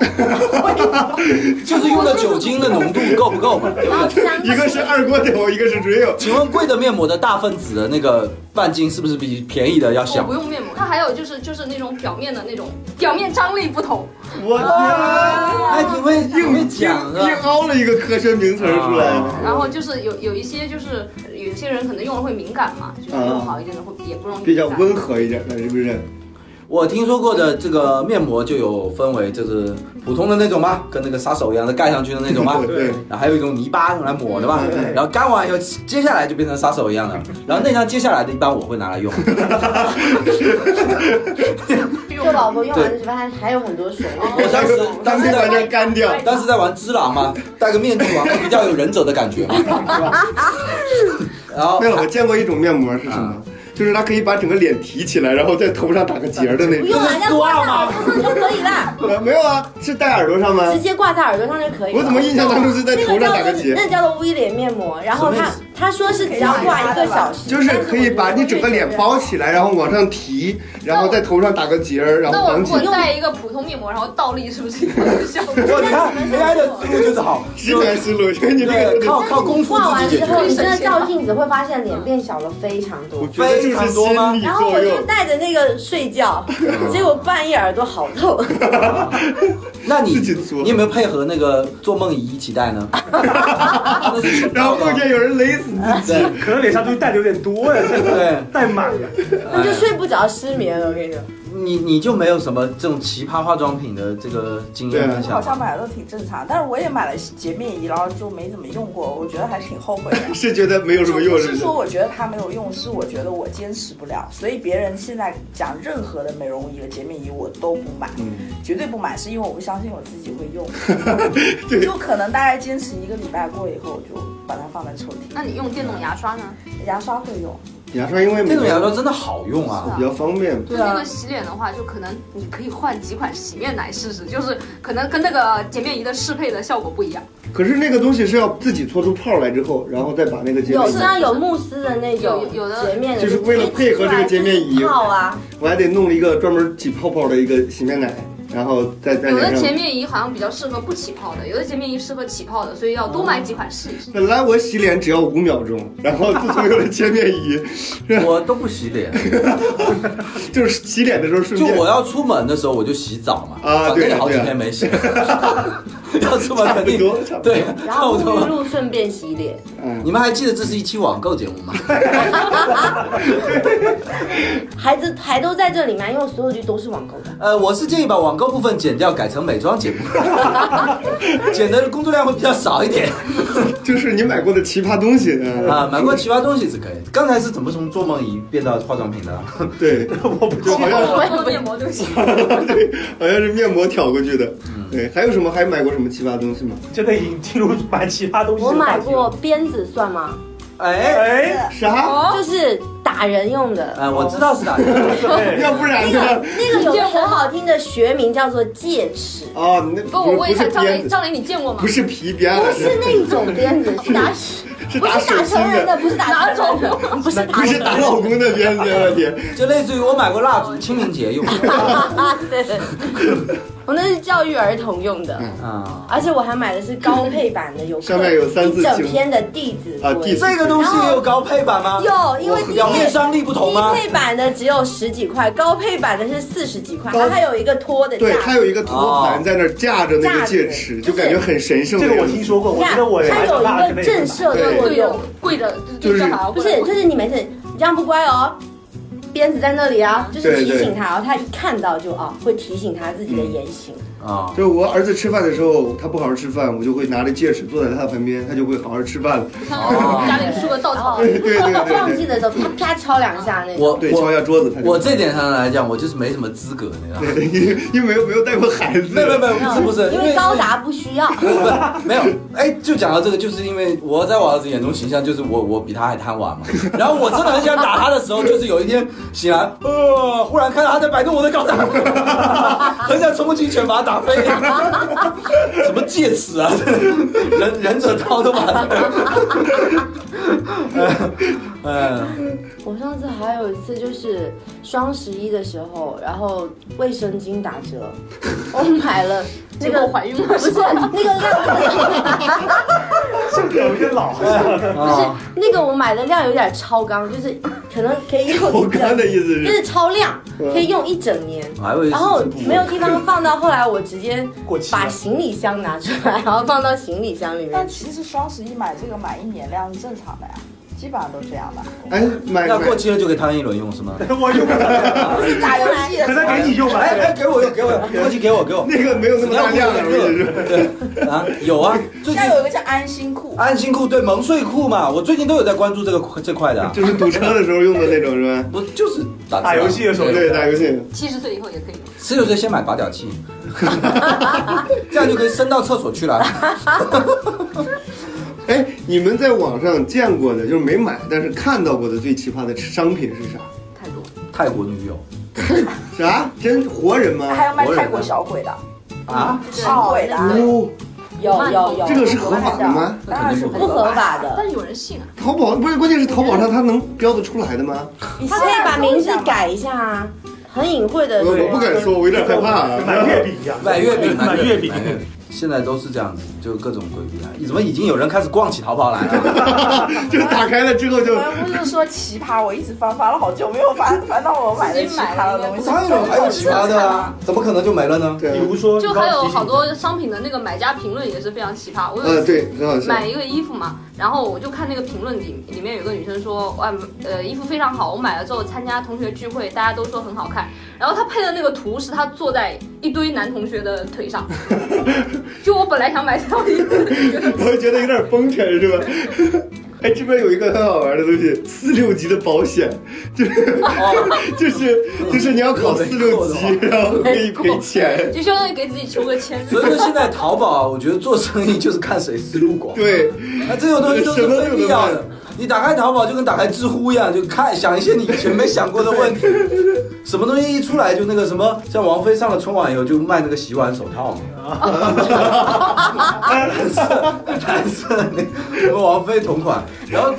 就是用的酒精的浓度够不够嘛？然后香一个是二锅头，一个是 Rio。请问贵的面膜的大分子的那个半径是不是比便宜的要我小不？用面膜，它还有就是就是那种表面的那种表面张力不同，我啊天，哎，挺会挺会硬讲啊硬！凹了一个科学名词儿出啊来。然后就是有有一些就是呃有些人可能用了会敏感嘛，就是用好一点的会也不容易嗯比较敏感温和一点的，是不是？我听说过的这个面膜就有分为就是普通的那种吗？跟那个杀手一样的盖上去的那种吗？ 对，然后还有一种泥巴用来抹的吧嗯对，然后干完以后，接下来就变成杀手一样了。然后那张接下来的，一般我会拿来用。就老婆用完就发现还有很多水。我当时当 当时天把在这干掉。当时在玩只狼嘛，戴个面具嘛，比较有忍者的感觉嘛。然后没有，我见过一种面膜是什啊么？就是它可以把整个脸提起来，然后在头上打个结儿的那 不种。用了，人家挂啊在耳朵上就可以啦，呃没有啊，是戴耳朵上吗直？接挂在耳朵上就可以了。我怎么印象当中是在那头个上打叫个做结？那叫做 V 脸面膜，然什后么意他思他说是只要挂一个小时，就是可以把你整个脸包起来，然后往上提，然后在头上打个结儿，然那后我绑如起果来。带一个普通面膜，然后倒立，是不是有效果？我看 AI 的思路就是好，直觉思路，就是你这个对，靠靠功夫挂自完己解之后，决。你真的照镜子会发现脸变小了非常啊我觉多。得就是心理然后作我就用。带着那个睡 觉，结果半夜耳朵好痛。那你自己做你有没有配合那个做梦仪一起戴呢？那是全 然后包的梦见有人勒死你，对可能脸上东西带的有点多呀，真的对，带满了。那就睡不着，失眠了。我 跟你说，哎你你就没有什么这种奇葩化妆品的这个经验啊分我好享像吗？买的都挺正常，但是我也买了洁面仪，然后就没怎么用过，我觉得还挺后悔的。是觉得没有什就么用，不是是不是说？我觉得它没有用，是我觉得我坚持不了，所以别人现在讲任何的美容仪和洁面仪我都不买，嗯绝对不买，是因为我不相信我自己会 用，就可能大概坚持一个礼拜过以后，我就把它放在抽屉。那你用电动牙刷呢？牙刷会用，牙刷因为这种牙刷真的好用啊！ 比较方便，就那个洗脸的话，就可能你可以换几款洗面奶试试，就是可能跟那个洁面仪的适配的效果不一样。可是那个东西是要自己搓出泡来之后，然后再把那个洁有面身上有慕斯的那种有有的洁面的，就是为了配合这个洁面仪 泡啊，我还得弄一个专门挤泡泡的一个洗面奶，然后在在有的脸洁上。面仪好像比较适合不起泡的，有的洁面仪适合起泡的，所以要多买几款试一试。本来我洗脸只要五秒钟，然后自从有了洁面仪，我都不洗脸，就是洗脸的时候顺就便我要出门的时候我就洗澡嘛，啊反正也好几对啊天没洗了， 要出门差肯不定多，差不多。对，然后沐浴露顺便洗脸，嗯，你们还记得这是一期网购节目吗？ 孩子还都在这里吗？因为所有剧都是网购的。呃，我是建议把网购部分剪掉，改成美妆节目， 剪的工作量会比较少一点。 就是你买过的奇葩东西啊，啊，买过奇葩东西是可以。刚才是怎么从做梦仪变到化妆品的？ 对，我不就好像我做面膜就行。对，好像是 面膜挑过去的。对，还有什么？还买过什么奇葩东西吗？真的已经进入买其他东西。我买过，鞭子算吗？哎，哎，啥？哦，就是打人用的。啊呃，我知道是哪个。 对，要不然呢？那个有个很好听的学名叫做戒尺，哦，那不，我不问一是下张鞭磊，子，张磊你见过吗不？是皮鞭，不是那种鞭子，是打是不打是手打心成人的的，，不是打哪成种人的，不是打不成是人打的。老公的鞭子，我的天！ 就类似于我买过蜡烛，清明节用。对， 我那是教育儿童用的， 啊，而且我还买的是高配版的，有上嗯面有三字一整经篇的《弟子啊规》。弟子这个东西也有高配版吗？有因为我表面商力不同吗低？配版的只有十几块，高配版的是四十几块，高它还有一个托的对，它架。有一个托盘在那儿架着那个架着戒尺，就是就感觉很神圣。这个我听。说过，你我觉看，得我它还有大一个震慑对作跪着用，跪着，就是正好不是，就是你没事，你这样不乖哦，鞭子在那里啊，就是对提对醒他哦，他一看到就哦，会提醒他自己的言行。啊，就是我儿子吃饭的时候，他不好好吃饭，我就会拿着戒尺坐在他旁边，他就会好好吃饭了。哦像啊家里竖个稻然后草。嗯对对对对忘对记的时候，啪啪敲两下那我种。对，敲一我下桌子，他就我这点上来讲，我就是没什么资格，你知道吗？ 对，因为因为没有没有带过孩子。没有没有没有，不是不是，嗯因为高达不需要。不没有，哎，就讲到这个，就是因为我在我儿子眼中形象就是我我比他还贪玩嘛。然后我真的很想打他的时候，就是有一天醒来，呃，忽然看到他在摆弄我的高达， 很想冲过去一拳把他打飞。什么戒尺啊，忍忍者刀都把他。呃嗯，我上次还有一次就是双十一的时候，然后卫生巾打折，我买了那结果个怀孕了不是是那吧？个量，这个有些老了。啊，那个我买的量有点超纲，就是可能可以我用一刚才整，的意思，就是是超量，可以用一整年。哎我还以为是然后这部没有地方放到，后来我直接过期了把行李箱拿出来，然后放到行李箱里但面。其实双十一买这个买一年量是正常的呀，基本上都这样吧。 哎，买要买过期了就给汤一轮用是 吗？我用不了，不是打游戏的可时能候，给你用吧。哎哎，给我用，给我用，过期给我给我。那个没有那么大量的，我跟你说。对啊，有啊，最近要有一个叫安心裤，安心裤对萌睡裤嘛，我最近都有在关注这个这块的啊， 就是堵车的时候用的那种是吧？我就是打打游戏的时候对，打游戏。七十岁以后也可以。十九岁先买拔屌器，这样就可以伸到厕所去了。哎，你们在网上见过的，就是没买但是看到过的最奇葩的商品是啥？太多了，泰国女友啥？真活人吗？还有卖泰国小鬼的，啊，就是小鬼的，哦，有有有，这个是合法的吗？当然是不合法的但，是有人信啊。淘宝不是，关键是淘宝上它能标得出来的吗？你他可以把名字改一下啊，很隐晦的。我我不敢说，我有点害怕买月啊。饼一样，买月饼，买月饼。买月饼现在都是这样子，就各种规避啊。怎么已经有人开始逛起淘宝来了？ 就是打开了之后就我们不是说奇葩，我一直翻翻了好久，没有翻翻到我买的奇葩的东西。当然有，还有其他的啊，怎么可能就没了呢？对比，如说，就你刚还刚有提醒好多商品的那个买家评论也是非常奇葩。我有呃，一次对，很好笑。买一个衣服嘛，然后我就看那个评论里里面有个女生说，哇，呃，衣服非常好，我买了之后参加同学聚会，大家都说很好看。然后她配的那个图是她坐在一堆男同学的腿上， 就我本来想买这套衣服，我觉得有点崩沉是吧？ 哎，这边有一个很好玩的东西，四六级的保险， 就是哦就是就是你要考四六级，然后可以赔钱。就相当于给自己求个签。所以说现在淘宝，我觉得做生意就是看谁思路广。对，那这种东西都是非必要的。你打开淘宝就跟打开知乎一样，就看想一些你以前没想过的问题。什么东西一出来就那个什么，像王菲上了春晚以后就卖那个洗碗手套嘛，蓝色蓝色那什么王菲同款，然后。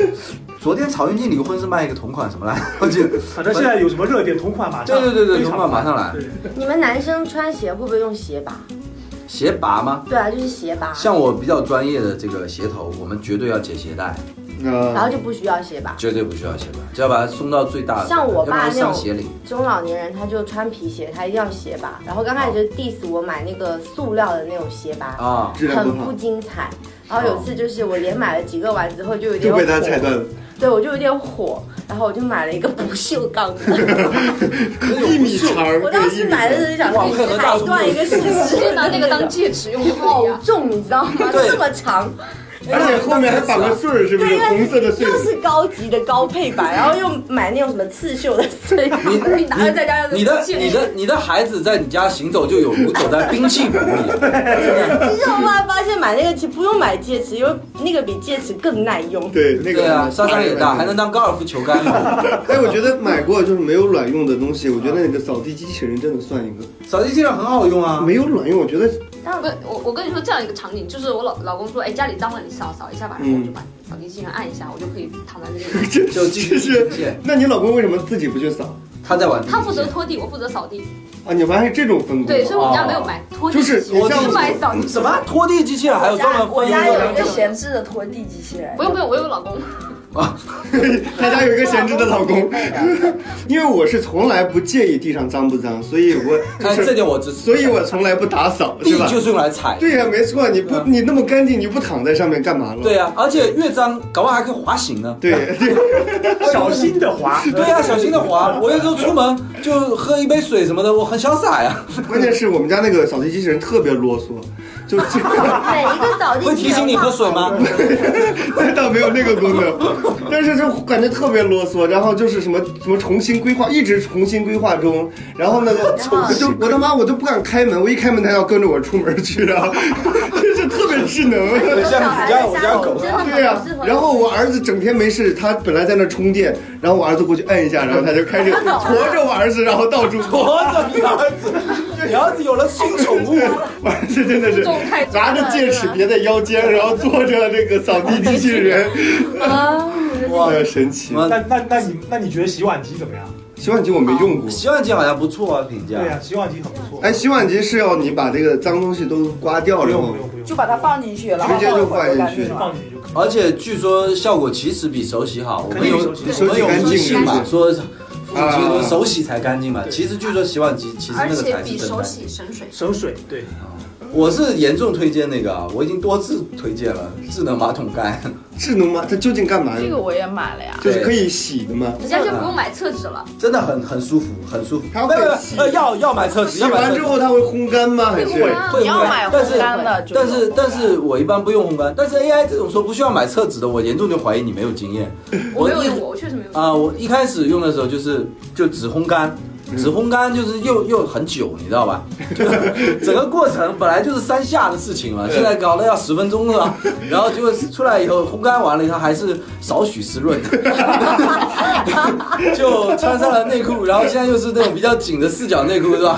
昨天曹云金离婚是卖一个同款什么来？我记得。反正现在有什么热点同款马上对对对对，非同常款马上来。对你们男生穿鞋会不会用鞋拔？鞋拔吗？对啊，就是鞋拔，像我比较专业的这个鞋头，我们绝对要解鞋带，然啊后就不需要鞋拔。绝对不需要鞋拔，只要把它松到最大的。像我要不爸然那上鞋领种。中老年人，他就穿皮鞋，他一定要鞋拔。然后刚开始就 diss 我买那个塑料的那种鞋拔，啊，质量很不不好，精彩。然后有次就是我连买了几个完之后就有点就被他火踩断 了，对我就有点火，然后我就买了一个不锈钢 的。一米长，我当对一时米买的长时候就哇我看想说，踩到断一个试直接试， 拿那个当戒指用就可以好哦啊。重，你知道吗？对这么长，而且后面还绑个穗儿，是不是对，红色的穗又子？是高级的高配 版，然后又买那种什么刺绣的穗子，你 你拿着在家就你的你的你的孩子在你家行走就有如走在兵器谷里， 其实我后来发现买那个其实不用买戒尺，因为那个比戒尺更耐用。对，那个对啊，杀伤也大，还能当高尔夫球杆用。哎，我觉得买过就是没有卵用的东西，我觉得那个扫地机器人真的算一个 扫地机器人很好用啊，没有卵用。我觉得 不，我我跟你说这样一个场景，就是我老老公说，哎，家里脏了你扫扫一下吧，然后嗯我就把扫地机器人按一下，我就可以躺在那里。这就进这去是极限。那你老公为什么自己不去扫他在玩地他平负责线。拖地，我负责扫地。啊？你发现这种分工？对，所以我们家没有买拖地就机器是人，你像只买扫地机器什人。么拖地机器人还有专门我分家有一用个的闲置的拖地机器人不，用不用，我有老公。 他家有一个闲置的老公， 因为我是从来不介意地上脏不脏，所以我哎，就是这点我支持。所以我从来不打扫，地是吧？就是用来踩。对呀、没错，你不嗯你那么干净，你不躺在上面干嘛了？对呀、啊而且越脏，搞不好还可以滑行呢。对对，小心的滑。对呀、小心的滑。我有时候出门就喝一杯水什么的，我很潇洒呀，关键是我们家那个扫地机器人特别啰嗦，就 这对，一个扫地会机提器醒人你喝水吗？ 那倒没有那个功能，但是就感觉特别啰嗦，然后就是什么什么重新规划，一直重新规划中，然后呢，我就我他妈我都不敢开门，我一开门它要跟着我出门去啊， 就是特别智能。 像我家我家狗真的对呀、很不适合。然后我儿子整天没事，他本来在那充电，然后我儿子过去按一下，然后他就开始驮着我儿子，然后到处跑。活着你儿子，你儿子有了新宠物，我儿子真的是重太重了拿着戒尺别在腰间，然后坐着那个扫地机器人，啊哇！哎呀神奇！那那那你那你觉得洗碗机怎么样？洗碗机我没用过。洗碗机好像不错啊，评价对。呀，洗碗机很不错。哎，洗碗机是要你把这个脏东西都刮掉不然用后不用不用，就把它放进去，然后直接就放放回进干去净了。放进去就可以。而且据说效果其实比手洗好，我们有肯定比啊我手洗们有干净分析是嘛，不是说父母亲说手洗才干净嘛，其实据说洗碗机其实而那个且才比是真手干净。洗省水。省水，对，我是严重推荐那个啊，我已经多次推荐了智能马桶盖， 智能吗？它究竟干嘛这个用？我也买了呀。就是可以洗的吗？人家就不用买厕纸了，真的很很舒服，很舒服。还要没有没有配洗呃，要要买厕纸，洗要买完厕之纸。后它会烘干吗？还会是啊会你要会买但是烘干的就但是有烘干但是我一般不用烘干，但是 AI 这种说不需要买厕纸的，我严重就怀疑你没有经验。我没有一用过，我确实没有用过。啊、我一开始用的时候就是就只烘干，只烘干就是又又很久，你知道吧？ 就是整个过程本来就是三下的事情嘛，现在搞了要十分钟了，然后结果出来以后烘干完了以后还是少许湿润， 就穿上了内裤，然后现在又是那种比较紧的四角内裤，是吧？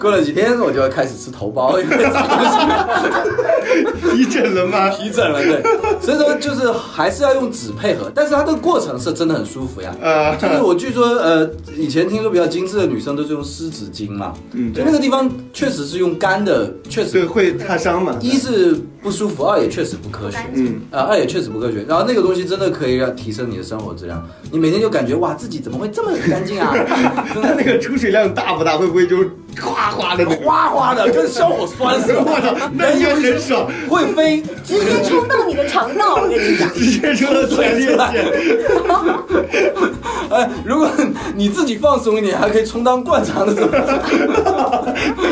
过了几天我就要开始吃头孢，因为这个东西一阵了吗？皮疹了，对，所以说就是还是要用纸配合，但是它的过程是真的很舒服呀。呃，就是我据说，呃，以前听说比较精致的女生都是用湿纸巾嘛，嗯就那个地方确实是用干的，确对，实会擦伤嘛？一是不舒服，二也确实不科学，嗯， 呃，二也确实不科学。然后那个东西真的可以让提升你的生活质量，你每天就感觉哇，自己怎么会这么干净啊？ 真它的那个出水量大不大？会不会就是哗哗的那个？哗哗的，跟消火栓似的，我操，那应该很爽，会飞。 直接冲到你的肠道，我跟你讲。直接说到前列腺。哎，如果你自己放松一点，还可以充当灌肠的时候。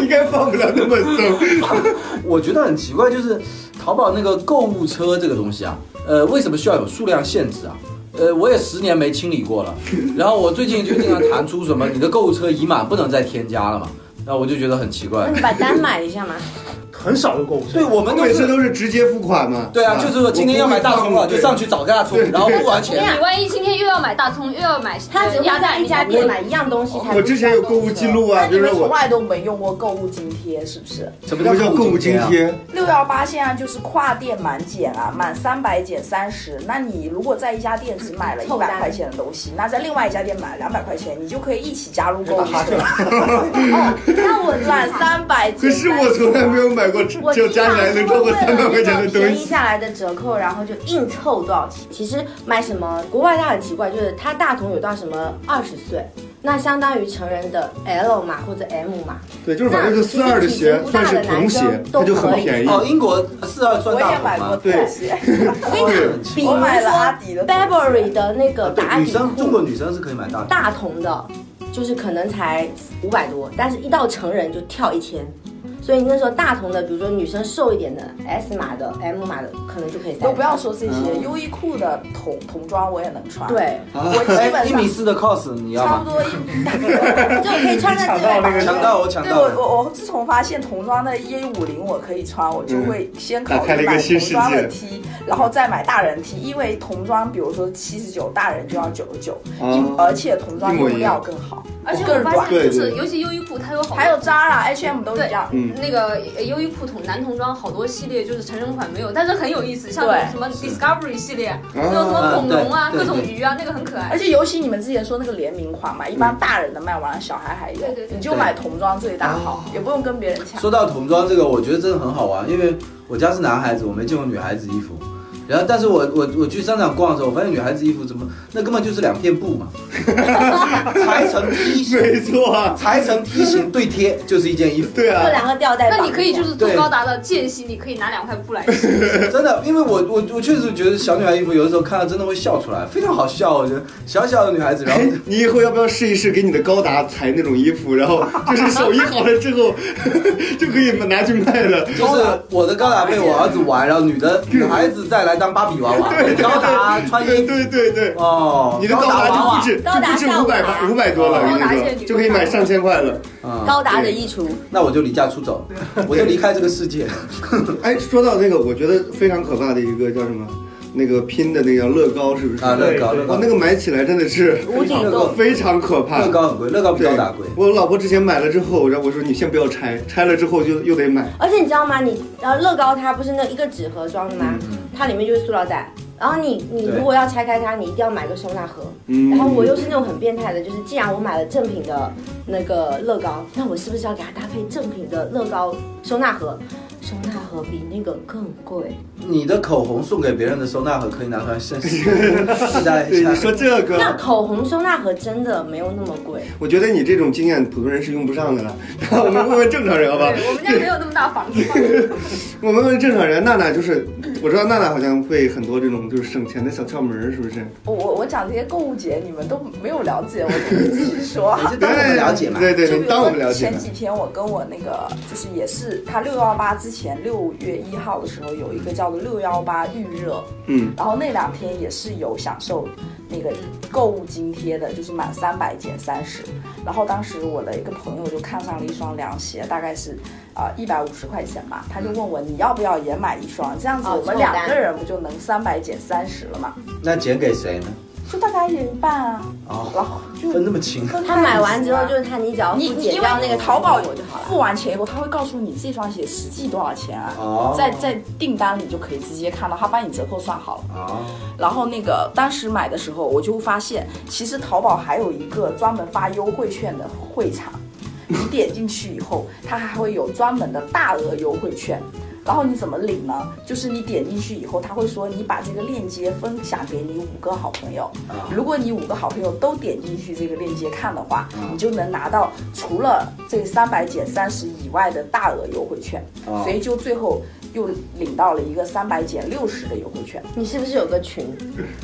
应该放不了那么松。 我觉得很奇怪，就是淘宝那个购物车这个东西啊，呃，为什么需要有数量限制啊？呃，我也十年没清理过了，然后我最近就经常弹出什么你的购物车已满，不能再添加了嘛，然后我就觉得很奇那怪。 你把单买一下嘛。很少有购物车。对我们我都每次是。都是直接付款嘛。对啊，就是说今天要买大葱了，就上去找个大葱，然后付完钱， 你万一今天又要买大葱，又要买他只会鸭在蛋一家店买一样东西才。我之前有购物记。录啊，那比你如们说从我来都没用过购物津贴，是不是？什什么叫购物津啊？贴？六幺八现在就是跨店满减啊，满三百减三十。那你如果在一家店只买了一凑单百块钱的东西，那在另外一家店买两百块钱，你就可以一起加入购物 车，那我哦满经常三百减。可是我从来没有买过，我就加起来能超过三百块钱的东便宜西。下来的折扣，然后就硬凑多少钱？其实买什么，国外它很奇怪，就是它大同有到什么二十岁，那相当于成人的 L 码或者 M 码，对，就是反正就四二的鞋算是童鞋，它就很便宜。哦，英国四二算我也大啊买桶过吗？拖鞋，比如我说买了阿迪的拖鞋 Burberry 的那个打女底生中国裤，女生是可以买大桶，大同的，就是可能才五百多，但是一到成人就跳一千。所以那时候大同的，比如说女生瘦一点的 S 码的、M 码的，可能就可以都三。不要说这嗯些，优衣库的童童装我也能穿，，对，我基哎，本一米上四的 cos 你要差吗哦 不？多一米。就可以穿在抢这到个那个抢到我抢对到我了，我我自从发现童装的 E 五零我可以穿，我就会先考嗯打开了虑一个买新世童界装的 T，然后再买大人 T，因为童装比如说七十九，大人就要九十九，哦而且童装一模一用料样更好，而且更我发软。现，就对是对尤其优衣库，它有好多还有 Zara、H&M 都是这样，嗯那个呃优衣库童男童装好多系列就是成人款没有，但是很有意思，像对什么 Discovery 系列，还有什么恐龙啊，对各对种鱼啊，那个很可爱而。且尤其你们之前说那个联名款嘛，一般大人的卖完了，小孩还有对对，对你就买童装最大号，也不用跟别人抢。说到童装这个，我觉得真的很好玩，因为我家是男孩子，我没见过女孩子衣服。然后，但是我我我去商场逛的时候，我发现女孩子衣服怎么那根本就是两片布嘛， 裁成梯没形，错啊，裁成梯形对贴就是一件衣服。对做啊，两个吊带那绑你可以就是做对高达的间隙，你可以拿两块布来洗。真的，因为我我我确实觉得小女孩衣服有的时候看到真的会笑出来，非常好笑。我觉得小小的女孩子， 然后哎，你以后要不要试一试给你的高达裁那种衣服，然后就是手艺好了之后 就可以拿去卖了。就是我的高达被我儿子玩，然后女的女孩子再来当芭比娃娃，高达穿 对衣服对对对，哦，你的高达达娃就娃不止高达就不止下午啊五百茶五百多了，我高达跟界你说，女就啊可以买上千块了。嗯高达的衣橱，那我就离家出走，我就离开这个世界。哎，说到那个，我觉得非常可怕的一个叫什么？那个拼的那个乐高是不是？啊，乐高，对乐哇高，那个买起来真的是无底乐高，洞非常可怕。乐高很贵，乐高比对高达贵。我老婆之前买了之后，然后我说你先不要拆，拆了之后就又得买。而且你知道吗？你呃乐高它不是那一个纸盒装的吗？它里面就是塑料袋。然后你你对如果要拆开它，你一定要买个收纳盒。嗯然后我又是那种很变态的，就是既然我买了正品的那个乐高，那我是不是要给它搭配正品的乐高收纳盒？收纳盒比那个更贵。你的口红送给别人的收纳盒可以拿出来先试戴一对，下你。说这那个，口红收纳盒真的没有那么贵。我觉得你这种经验普通人是用不上的了。 我们问问正常人好吧？对我们家没有那么大房子放着，我们问正常人，娜娜就是，我知道娜娜好像会很多这种就是省钱的小窍门儿，是不是？我我我讲这些购物节，你们都没有了解，我怎么继续说 啊？你哎就当我不了解嘛。对对就对，比你如当我们说了解前了。几天我跟我那个就是也是他六幺八之前六月一号的时候有一个叫做六幺八预热，嗯，然后那两天也是有享受那个购物津贴的，就是满三百减三十。然后当时我的一个朋友就看上了一双凉鞋，大概是啊一百五十块钱吧，他就嗯问我你要不要也买一双，这样子哦我们凑两单个人不就能三百减三十了嘛？那剪给谁呢？就大概一人一半啊，然哦，后就分那么 清。分他开买完行之后啊就是他，你只要你付你解因为哦掉那个淘宝我就好了。付完钱以后，他会告诉你这双鞋实际多少钱啊，哦在在订单里就可以直接看到，他帮你折扣算好了。哦，然后那个当时买的时候，我就发现其实淘宝还有一个专门发优惠券的会场，你点进去以后，它还会有专门的大额优惠券。然后你怎么领呢？就是你点进去以后，他会说你把这个链接分享给你五个好朋友，如果你五个好朋友都点进去这个链接看的话，你就能拿到除了这三百减三十以外的大额优惠券，啊所以就最后又领到了一个三百减六十的优惠券。你是不是有个群，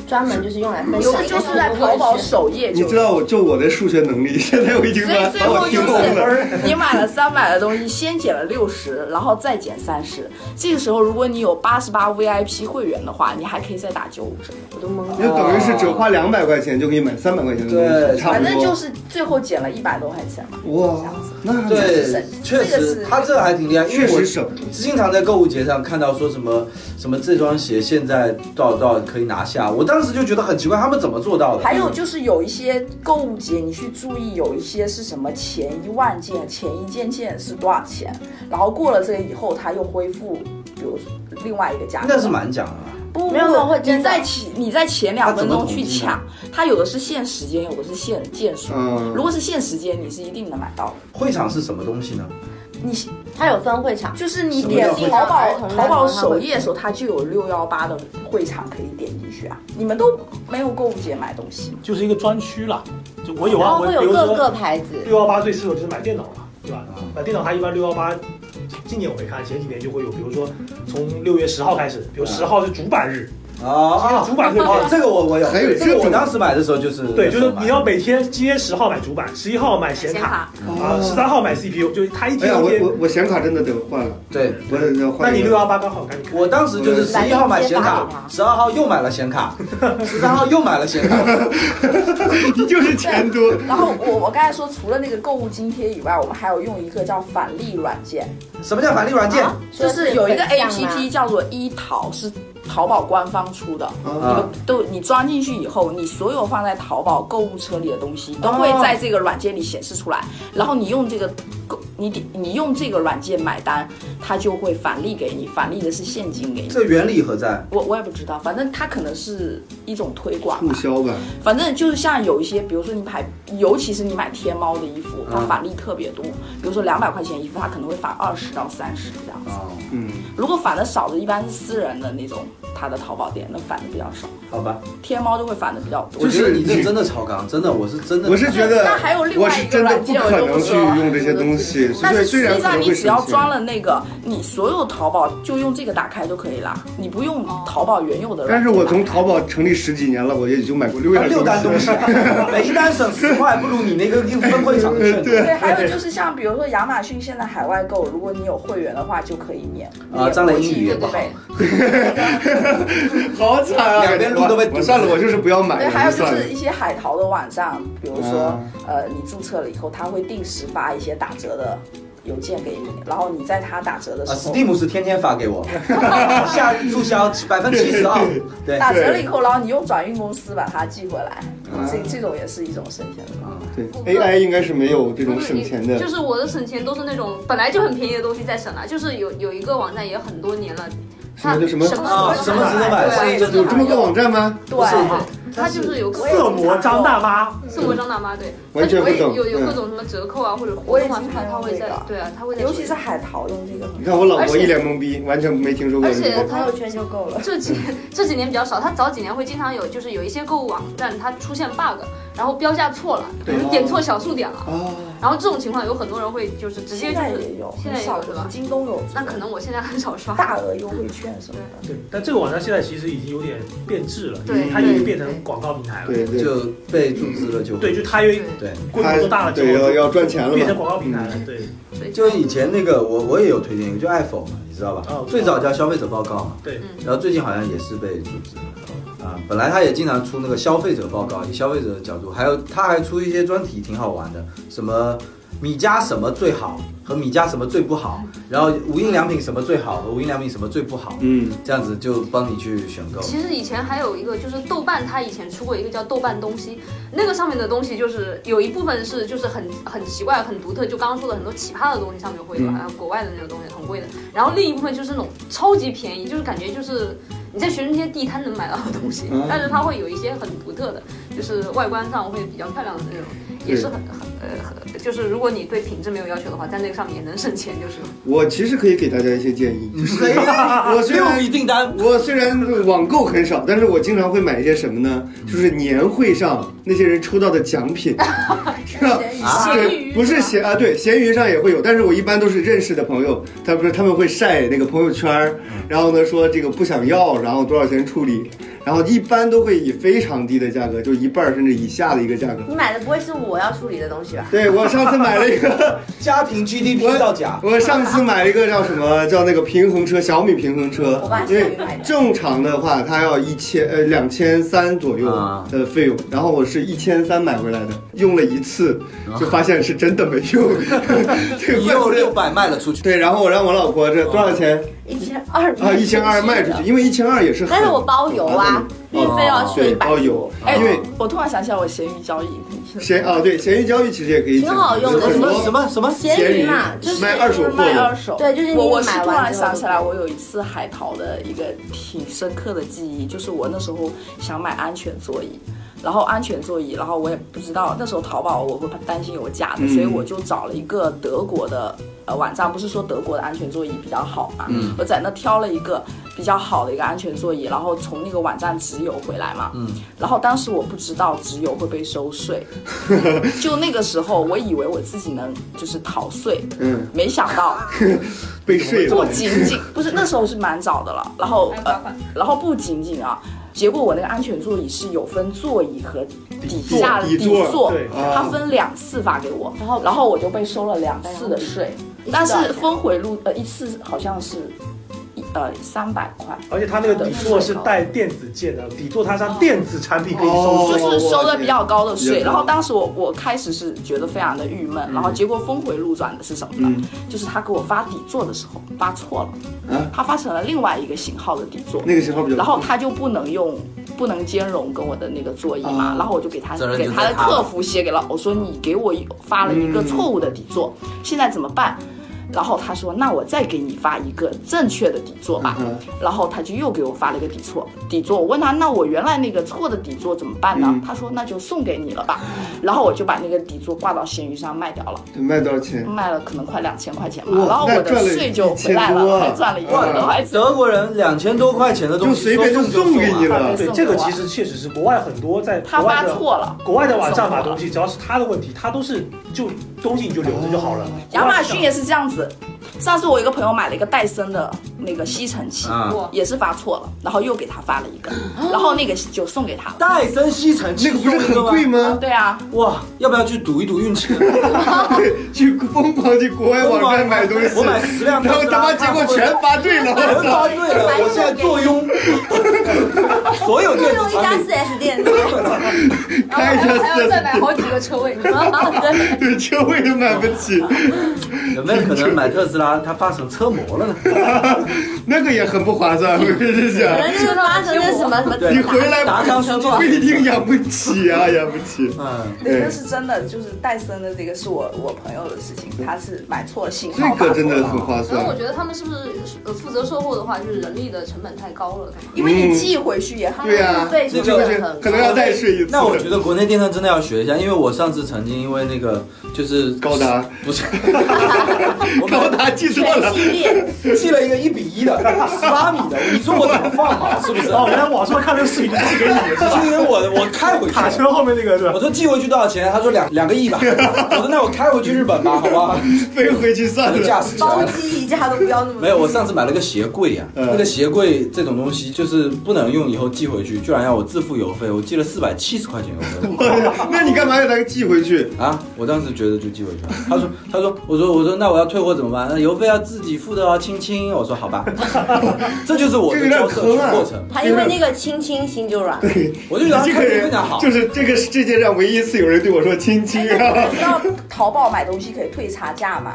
专门就是用来分有享？就是在淘宝首页你就知。道我就我的数学能力，现在我已经所把以最把我后听就懵了。是你买了三百的东西，先减了六十，然后再减三十。这个时候，如果你有八十八 VIP 会员的话，你还可以再打九五折。我都懵了。就等于是只花两百块钱就可以买三百块钱的东对西，差反不正就多。是最后减了一百多块钱嘛。哇这样子那对是，确这个是实，他这还挺厉害，因确为我实省，经常在购物节上看到说什么什么这双鞋现在多少多少可以拿下，我当时就觉得很奇怪，他们怎么做到的？还有就是有一些购物节，你去注意有一些是什么前一万件、前一件件是多少钱，然后过了这个以后，它又恢复，比如另外一个价格。应该是满奖啊，不没有没有会真你的在前你在前两分钟它去怎么抢，它有的是限时间，有的是限件数。嗯如果是限时间，你是一定能买到的。会场是什么东西呢？你它有分会场，就是你什么点叫会淘场宝淘宝首页的时候，它就有六幺八的会场可以点进去啊。你们都没有购物节买东西吗，就是一个专区啦。就我有然啊，后我会比有如各个说牌子，六幺八最适合就是买电脑嘛，对吧啊？买电脑它一般六幺八，今年我没看，前几年就会有，比如说从六月十号开始，比如十号是主板日，啊啊主板特哦别，这个我我有，还有这个这我种当时买的时候就是对，就是买你要每天今天十号买主板，十一号买显显卡，卡，啊，十三号买 CPU，就是它一哦哎天呀，一我天。我我显卡真的得换了，对。我得要换。那你六，幺八刚好赶紧看。我当时就是十一号买显卡，十二号又买了显卡，十三号又买了显卡，你 就是钱 多。然后我我刚才说，除了那个购物津贴以外，我们还有用一个叫返利软件，什么叫返利软件？就是啊有一个说是很像吗 APP 叫做一淘，是淘宝官方出的。啊，啊，都你装进去以后，你所有放在淘宝购物车里的东西都会在这个软件里显示出来，然后你用这个购你点你用这个软件买单，它就会返利给你，返利的是现金给你。这原理何在？我我也不知道，反正它可能是一种推广促吧。销吧，反正就是像有一些，比如说你买，尤其是你买天猫的衣服，它嗯返利特别多。比如说两百块钱衣服，它可能会返二十到三十这样子。哦，嗯，如果返的少的，一般是私人的那种，它的淘宝店那返的比较少，好吧，天猫就会返的比较多。我觉得你就是这你真的超纲，真的，我是真的，我是觉得那还有另我外是一个真的软不件可能去用这些东西，但虽是虽实然际可上，能你会只要省装钱，了那个，你所有淘宝就用这个打开就可以啦，你不用淘宝原有的软但件是打开。我从淘宝成立十几年了，我也就买过六样啊六单东东西，每一单省十块，不如你那个一分会场的券多。对， 还有就是像比如说亚马逊现在海外购，如果你有会员的话，就可以免啊张磊英语也不好对好惨啊！两边路都被堵我算了，我就是不要买对，了，还有就算了是一些海淘的网站，比如说嗯呃，你注册了以后，它会定时发一些打折的邮件给你，然后你在它打折的啊时候。 ，Steam 是天天发给我，夏日促销百分之七十二，对，打折了以后，然后你用转运公司把它寄回来，嗯这这种也是一种省钱的方法。对 AI 应该是没有这种省钱的就，是我的省钱都是那种本来就很便宜的东西在省了，就是有有一个网站也很多年了，什么就什么什么啊，什么值得买？对是有这么个网站吗？对，它就是有各色魔张大妈，色魔张大妈对，完全不它就懂会有有嗯各种什么折扣啊或者活动啊我也，经它常它会用在这个对啊，它会在尤其是海淘用这个很你看我老婆一脸懵逼，完全没听说过而这且个。朋友圈就够了。这几这几年比较少，它早几年会经常有，就是有一些购物网站它出现 bug，然后标价错了，比如点错小数点了，哦，然后这种情况有很多人会就是直现接就在是也有，很现在也少有是的吧？京东有这种，那可能我现在很少刷，大额优惠券什么啊的。对，但这个网站现在其实已经有点变质了，对因为它已经对变成广告平台了。对对就被注资了就对，就它因为对，对。规模做大了之后，对要就要赚钱了嗯嘛变成广告平台了。对所以就以前那个我我也有推荐一个，就爱否嘛，你知道吧？哦最早叫消费者报告嘛，对，然后最近好像也是被阻止了啊。本来他也经常出那个消费者报告，以消费者的角度，还有他还出一些专题，挺好玩的，什么米家什么最好和米家什么最不好，然后无印良品什么最好和无印良品什么最不好，嗯，这样子就帮你去选购。其实以前还有一个，就是豆瓣，它以前出过一个叫豆瓣东西，那个上面的东西就是有一部分是就是很很奇怪、很独特，就刚刚说的很多奇葩的东西上面会有，还有国外的那种东西很贵的。然后另一部分就是那种超级便宜，就是感觉就是你在学生街地摊能买到的东西嗯，但是它会有一些很独特的，就是外观上会比较漂亮的那种，也是很很呃很，就是如果你对品质没有要求的话，在那个上面也能省钱，就是了。我其实可以给大家一些建议，就是可以我虽 六然笔订单，我虽然网购很少，但是我经常会买一些什么呢？就是年会上那些人抽到的奖品，是吧？啊对哎咸鱼不是闲啊，对，闲鱼上也会有，但是我一般都是认识的朋友，他不是他们会晒那个朋友圈儿，然后呢说这个不想要，然后多少钱处理，然后一般都会以非常低的价格，就一半儿甚至以下的一个价格。你买的不会是我要处理的东西吧？对我上次买了一个，家庭 GDP 造 假，我上次买了一个叫什么叫那个平衡车，小米平衡车我爸，是因小米为买的正常的话它要一千呃两千三左右啊的费用，然后我是一千三买回来的，用了一次就发现是真的没 用，这个你怪不又六得。百卖了出去，对，然后我让我老婆这多少钱一千二啊？一千二卖出去，因为一千二也是很。但是我包邮啊，运费要去哦对一百包邮，哎因为，我突然想起来，我闲鱼交易那天闲哦对，闲鱼交易其实也可以挺讲好用有的很什多么什啊么什么，闲鱼嘛，就是卖二手货卖的二。手，对就是你我我是买完突然之后想就起来，我有一次海淘的一个挺深刻的记忆，就是我那时候想买安全座椅。然后安全座椅，然后我也不知道那时候淘宝我会担心有假的，所以我就找了一个德国的呃网站，不是说德国的安全座椅比较好嘛，我在那挑了一个比较好的一个安全座椅，然后从那个网站直邮回来嘛，然后当时我不知道直邮会被收税，就那个时候我以为我自己能就是逃税，嗯，没想到被睡不了。仅仅不是那时候是蛮早的了，然后呃，然后不仅仅啊，结果我那个安全座椅是有分座椅和底下底底座座对，啊它分两次发给我，然后然哎后我就被收了两次的税，但是峰回路呃一次好像是一呃三百块，而且它那个底座是带电子键的，底座它是让电子产品可以收哦税。就是收的比较高的也税。是嗯然后当时我我开始是觉得非常的郁闷，然后结果峰回路转的是什么呢？就是他给我发底座的时候发错了，啊他发成了另外一个型号的底座，那个型号比较然后他就不能用。不能兼容跟我的那个座椅嘛，哦然后我就给他责任就给他在的他了客服写给了我说你嗯给我发了一个错误的底座，现在怎么办？然后他说那我再给你发一个正确的底座吧，嗯然后他就又给我发了一个底座，底座我问他，那我原来那个错的底座怎么办呢？嗯他说那就送给你了吧，然后我就把那个底座挂到闲鱼上卖掉了，卖多少钱？卖了可能快两千块钱吧，哇然后那我的赚了税就回来1000多了，啊还赚了一万多块钱。德国人两千多块钱的东就西随便说就送送给你啊了。对，这个其实确实是国外很多在他国外发的错了，国外的网站买东西，只要是他的问题，他都是就东西你就留着就好哦了。亚马逊也是这样子。上次我一个朋友买了一个戴森的那个吸尘器，啊哇也是发错了，然后又给他发了一个，啊然后那个就送给他了。戴森吸尘器那个不是很贵吗？ 吗？对啊，哇，要不要去赌一赌运 气？去疯狂去国外网站买东西，我买十辆然后特斯他拉妈结果全发对了，全我发操！对了，我现在 坐拥所有就电用子一家产品。 4S 店，开一然下后还要再买四好几个车位， 对，对，车位都买不起， 有没有可能买特斯拉，它发成车 模了呢？那个也很不划 算。我跟你讲，人家就拉着那什么什么对你回来达康书记不一定养不起 啊，养不起。嗯，对，对那是真的，就是戴森的这个是我我朋友的事情，他是买错型号发这错个了，真的很划可能我算，觉得他们是不是呃负责售后的话，就是人力的成本太高了，感觉。因为你寄回去也很对呀，对这这个个是是可能要再睡一次。那我觉得国内电商真的要学一下，因为我上次曾经因为那个就是高达不是，我高们达记错 全了，系列，寄了一个一比一的十八米的，你说我怎么放嘛？是不 是？哦，原来网上看这个视频寄给你的是吧？因为我我开回去，卡车后面那个对吧 我？说寄回去多少钱？他说两两个亿吧。 我说那我开回去日本吧，好 吧？飞回去算我就了。驾驶起来包了。机一架都不要那么多没有，我上次买了个鞋柜呀、嗯那个鞋柜这种东西就是不能用，以后寄回去居然要我自付邮费，我寄了四百七十块钱邮 哎费 那你干嘛要他寄回去？啊！我当时觉得就寄回去了。他说，他说，我说，我说，那我要退货怎么办？那邮费要自己付的哦，亲亲。我说好吧， 这就是我这有点的交涉坑啊过程。他因为那个亲亲心就软了。我就觉得这他个开的人非常好，就是这个世界上唯一一次有人 对我说亲亲啊，你知 道淘宝买东西可以退差价吗？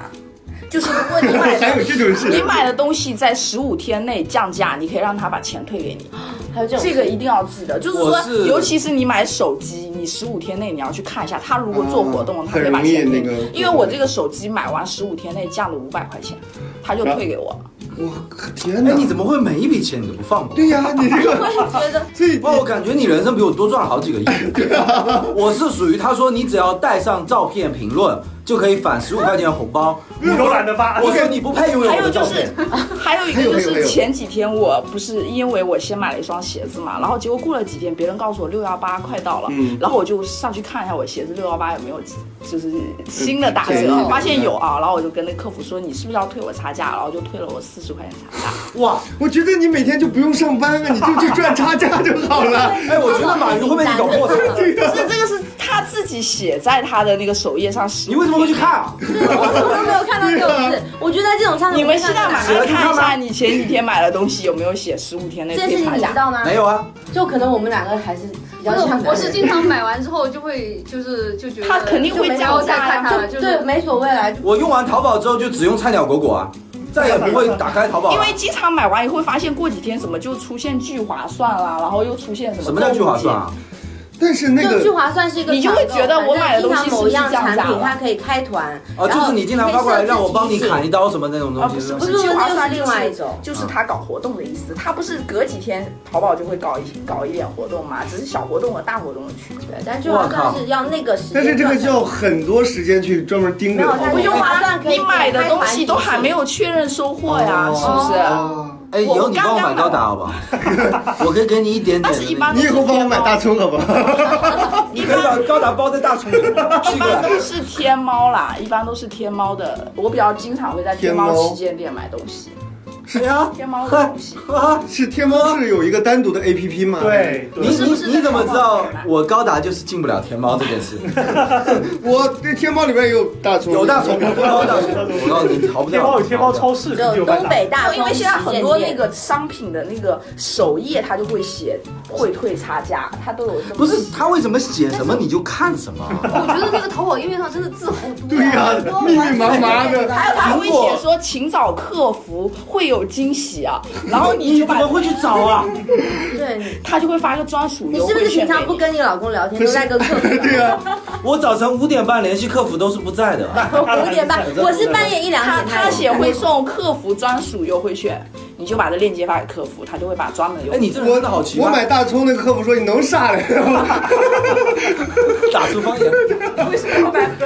就是如果你 买还有的这种事你？买的东西在十五天内降价，你可以让他把钱退给你，还有这种这个一定要记得。就是我说，是尤其是你买手机，你十五天内你要去看一下，他如果做活动，啊他可以把钱很退容易给那个你。因为我这个手机买完十五天内降了五百块钱，他啊就退给我 了。我天 哎，哪！你怎么会每一笔钱你都不放过？对呀，你这 个觉得所以哇，我感觉你人生 比我多赚了好几个亿。我是属于他说你只要带上照片评论，就可以返十五块钱的红包。你都懒得发。我说你不配拥有还我有的就照是片。，还有一还有个就还有还是有前几天我不是因为我先买了一双鞋子嘛，然后结果过了几天，别人告诉我六幺八快到了嗯，然后我就上去看一下我鞋子六幺八有没有就是新的打呃便宜折一点，发现有啊，然后我就跟那客服说你是不是要退我差价，然后就退了我四十块钱差价。哇，我觉得你每天就不用上班啊了，你就去赚差价就好了。 哎，我觉得马云会被你搞破产。这这个是他自己写在他的那个首页上，你为什么会去看啊？我怎么都没有看到这种字？我觉得这种上你们现在马上你看看吗一下你前几天买的东西有没有写十五天内这件事情退差你知价。道吗？没有啊，就可能我们两个还是比较像男人我是经常买完之后就会就是就觉得他肯定会就没加有价再看它了，就就是对，没所谓啦。我用完淘宝之后就只用菜鸟果果啊，再也不会打开淘宝啊因了为。经常买完以后，发现过几天怎么就出现聚划算啦，然后又出现什么什么叫聚划算啊？但是那就聚个，划算是一个团购，你就会觉得我买的东反西是正不某是一样降产价品，了它可以开团，啊，就是你经常发过来让我帮你砍一刀什么那种啊，东不西是是不吧是，不是计划那个是算另就是外一种嗯就是他搞活动的意思。他不是隔几天淘宝就会搞一搞一点活动嘛，只是小活动和大活动的区别。对，但聚划哇算靠是要那个时间但段是才能。这个需要很多时间去专门盯着淘没有宝它。就用划啊算，可以你买的东西都还没有确认收货呀，是不是？啊哦哎，以后你帮我买高达好不好？我可以给你一点点。但是一般你以后帮我买大葱好不好？你可以把高达包在大葱里，寄一过般来。都是天猫啦，一般都是天猫的。我比较经常会在天猫旗舰店买东西，谁啊？天猫的东西。啊，是天猫是有一个单独的 APP 吗？，对你对，你你怎么知道在淘宝买我高达就是进不了天猫这 件事？我这天猫里边也有大葱，有大葱，有大葱，我告诉你，逃不掉。天猫有天猫超市，只有有百东达北大因为丰旗现在舰很多那店。个商品的那个首页，它就会写会退差价，它都有这么不是他为什么写什么你就看什么？ 我觉得这个淘宝页面上真的字好多。啊对呀、 密密麻麻的。还有他还会写说，请找客服会有惊喜啊，然后你你就怎把么会去找 啊？对，你他就会发一个专属你优是不是惠平券给常不你。跟你老公聊天，都在跟客户？ 对啊呀，我早晨五点半联系客服都是不在的。呃五点半，我是半夜一两他点才他写会送客服专属优惠券，你就把这链接发给客服，他就会把专门的优哎，惠。你这人我真的好奇我怪，买大葱，那个客服说你能啥来着吗？ 打出 方言。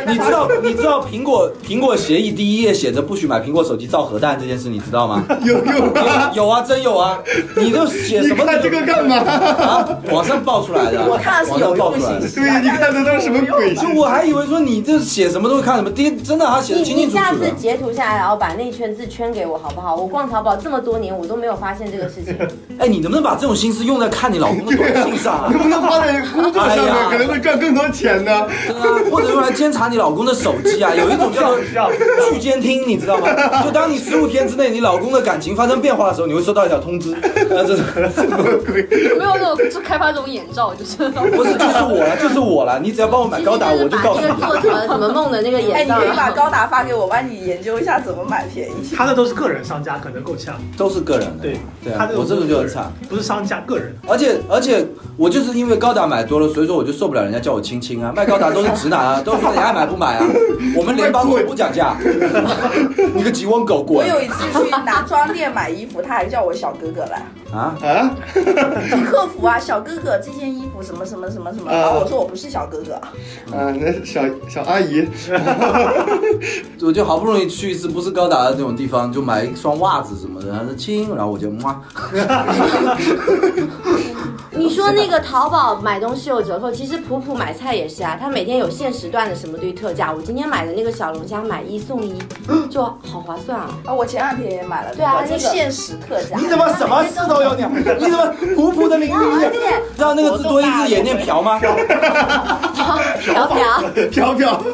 你知道你知道苹果苹果协议第一页写着不许买苹果手机造核弹这件事，你知 道吗？有用 吗？有啊，真有啊！你都写你什么？看这个干嘛？啊？网上爆出来的，我看是网有上爆用出来信的。息对呀，啊，你看这都是什么鬼？ 就我还以为说你这写什么东西看什么，第真的啊他写的你清清你楚下楚次的。截图下来，然后把那圈字圈给我好不好？我逛淘宝这么多年，我都没有发现这个 事情。哎，你能不能把这种心思用在看你老公的短信上啊 能？不能花在工作上哎面，呀可能会赚更多钱呢？对啊，或者用来监察你老公的手机啊，有一种叫做拒监听，你知道吗？就当你十五天之内你老公的感情发生变化的时候，你会收到一条通知。呃，这什么鬼？有没有那种就开发这种眼罩，就是不是就是我了，就是我了。你只要帮我买高达，其实我就是就把告诉那个你。做成了什么梦的那个哎，眼你罩，可以然把 后高达发给我，帮你研究一下怎么买便宜。他那都是个人商家，可能够呛。都是个人的，对对他啊这，我这种种就很差。不是商家，个人。而且而且我就是因为高达买多了，所以说我就受不了人家叫我亲亲啊，卖高达都是直男 啊，都说你爱买不买啊，我们联邦国不讲 价，你个吉翁狗我滚有一次去男装店买衣服，他还叫我小哥哥 来。啊！啊？你客服啊，小哥哥，这件衣服什么什么什么什嗯么？啊然后我说我不是小哥哥，啊，那小小阿 姨，我就好不容易去一次不是高达的这种地方，就买一双袜子什么的，他说亲，然后我就哇，你说那个淘宝买东西有折扣，其实普普买菜也是啊，他每天有限时段的什么东西特价。我今天买的那个小龙虾买一送 一，就好划算啊！啊，我前两天也买了，对啊这那个个限时特 价。你怎么什么事都有你？你怎么普普的伶 俐而啊？且知道那个字多音字也念瓢 吗？条哎 条，飘飘，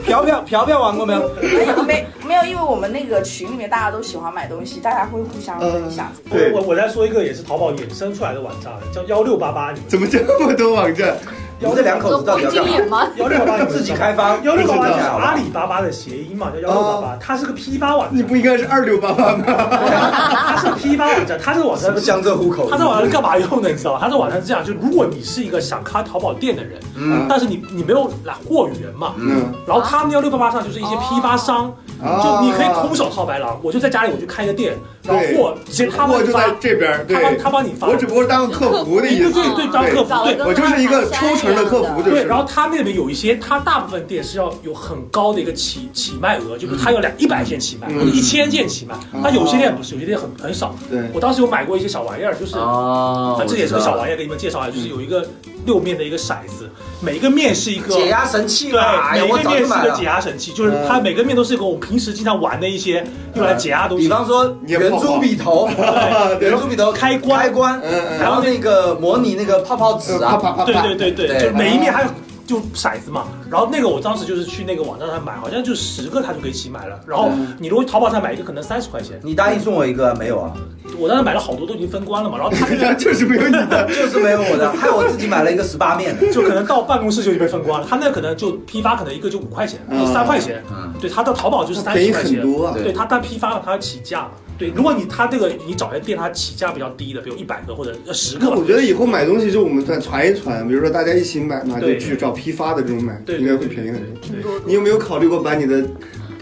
瓢瓢瓢瓢玩过没有？没没有，因为我们那个群里面大家都喜欢买东西，大家会互相嗯分享。我呃对我我再说一个也是淘宝衍生出来的网站，啊叫幺六八八，你们怎么这么多网站？你们这两口做子到黄底要金干嘛？眼吗？幺六 八八自己开发，幺六八八不是知道哦阿里巴巴的谐音嘛，叫幺六八八，它是个批发网你站，不应该是二六八八吗？它是批发网站，它这个网站不江浙户口，它这网站干嘛用的，你知道吗？它这网站是这样，就如果你是一个想开淘宝店的人，嗯但是你你没有来货源嘛，嗯，然后他们幺六八八上就是一些批发商，啊就你可以空手套白狼，我就在家里我就开一个店，然后对货直接他帮货你嗯就发在，这边儿，对他帮他帮你发，我只不过是当个客服的意思，对对对，当客服找对一。个我就是一个抽成的客服，就对，是。然后他那边有一些，他大部分店是要有很高的一个起起卖额，嗯就是他有两一百件起卖，嗯或者一千件起卖。他有些店不是，有些店很很少。对我当时有买过一些小玩意儿，就是嗯哦，啊，这也是个我知道嗯小玩意儿，给你们介绍一下，就是有一个六面的一个骰子，每一个面是一个解压神器对吧？，哎呀，每一我个早面就是买个了嗯解。压神器，就是它每个面都是一个我们平时经常玩的一些用来解压的东比西。方说圆珠笔 头， 圆珠笔头开关开关，嗯然后那个模拟那个泡泡纸啪啊，啪啪对啪，对对对，对就每一面还有。就骰子嘛，然后那个我当时就是去那个网站上买，好像就十个他就可以一起买了。然后你如果淘宝上买一个，可能三十块钱。你答应送我一个没有啊？我当时买了好多，都已经分光了嘛。然后 他那他个 就是没有你的，就是没有我的，害我自己买了一个十八面的。就可能到办公室就已经被分光了，他那可能就批发，可能一个就五块钱，嗯三块钱。嗯，对，他到淘宝就是三便十宜块很钱。多啊。对对他但批发了，他要起价嘛。对，如果你他这个你找一个店，他起价比较低的，比如一百个或者十个吧我。觉得以后买东西就我们再传一传，比如说大家一起买嘛，就对去找批发的这种买，对应该会便宜很多。拼多你有没有考虑过把你的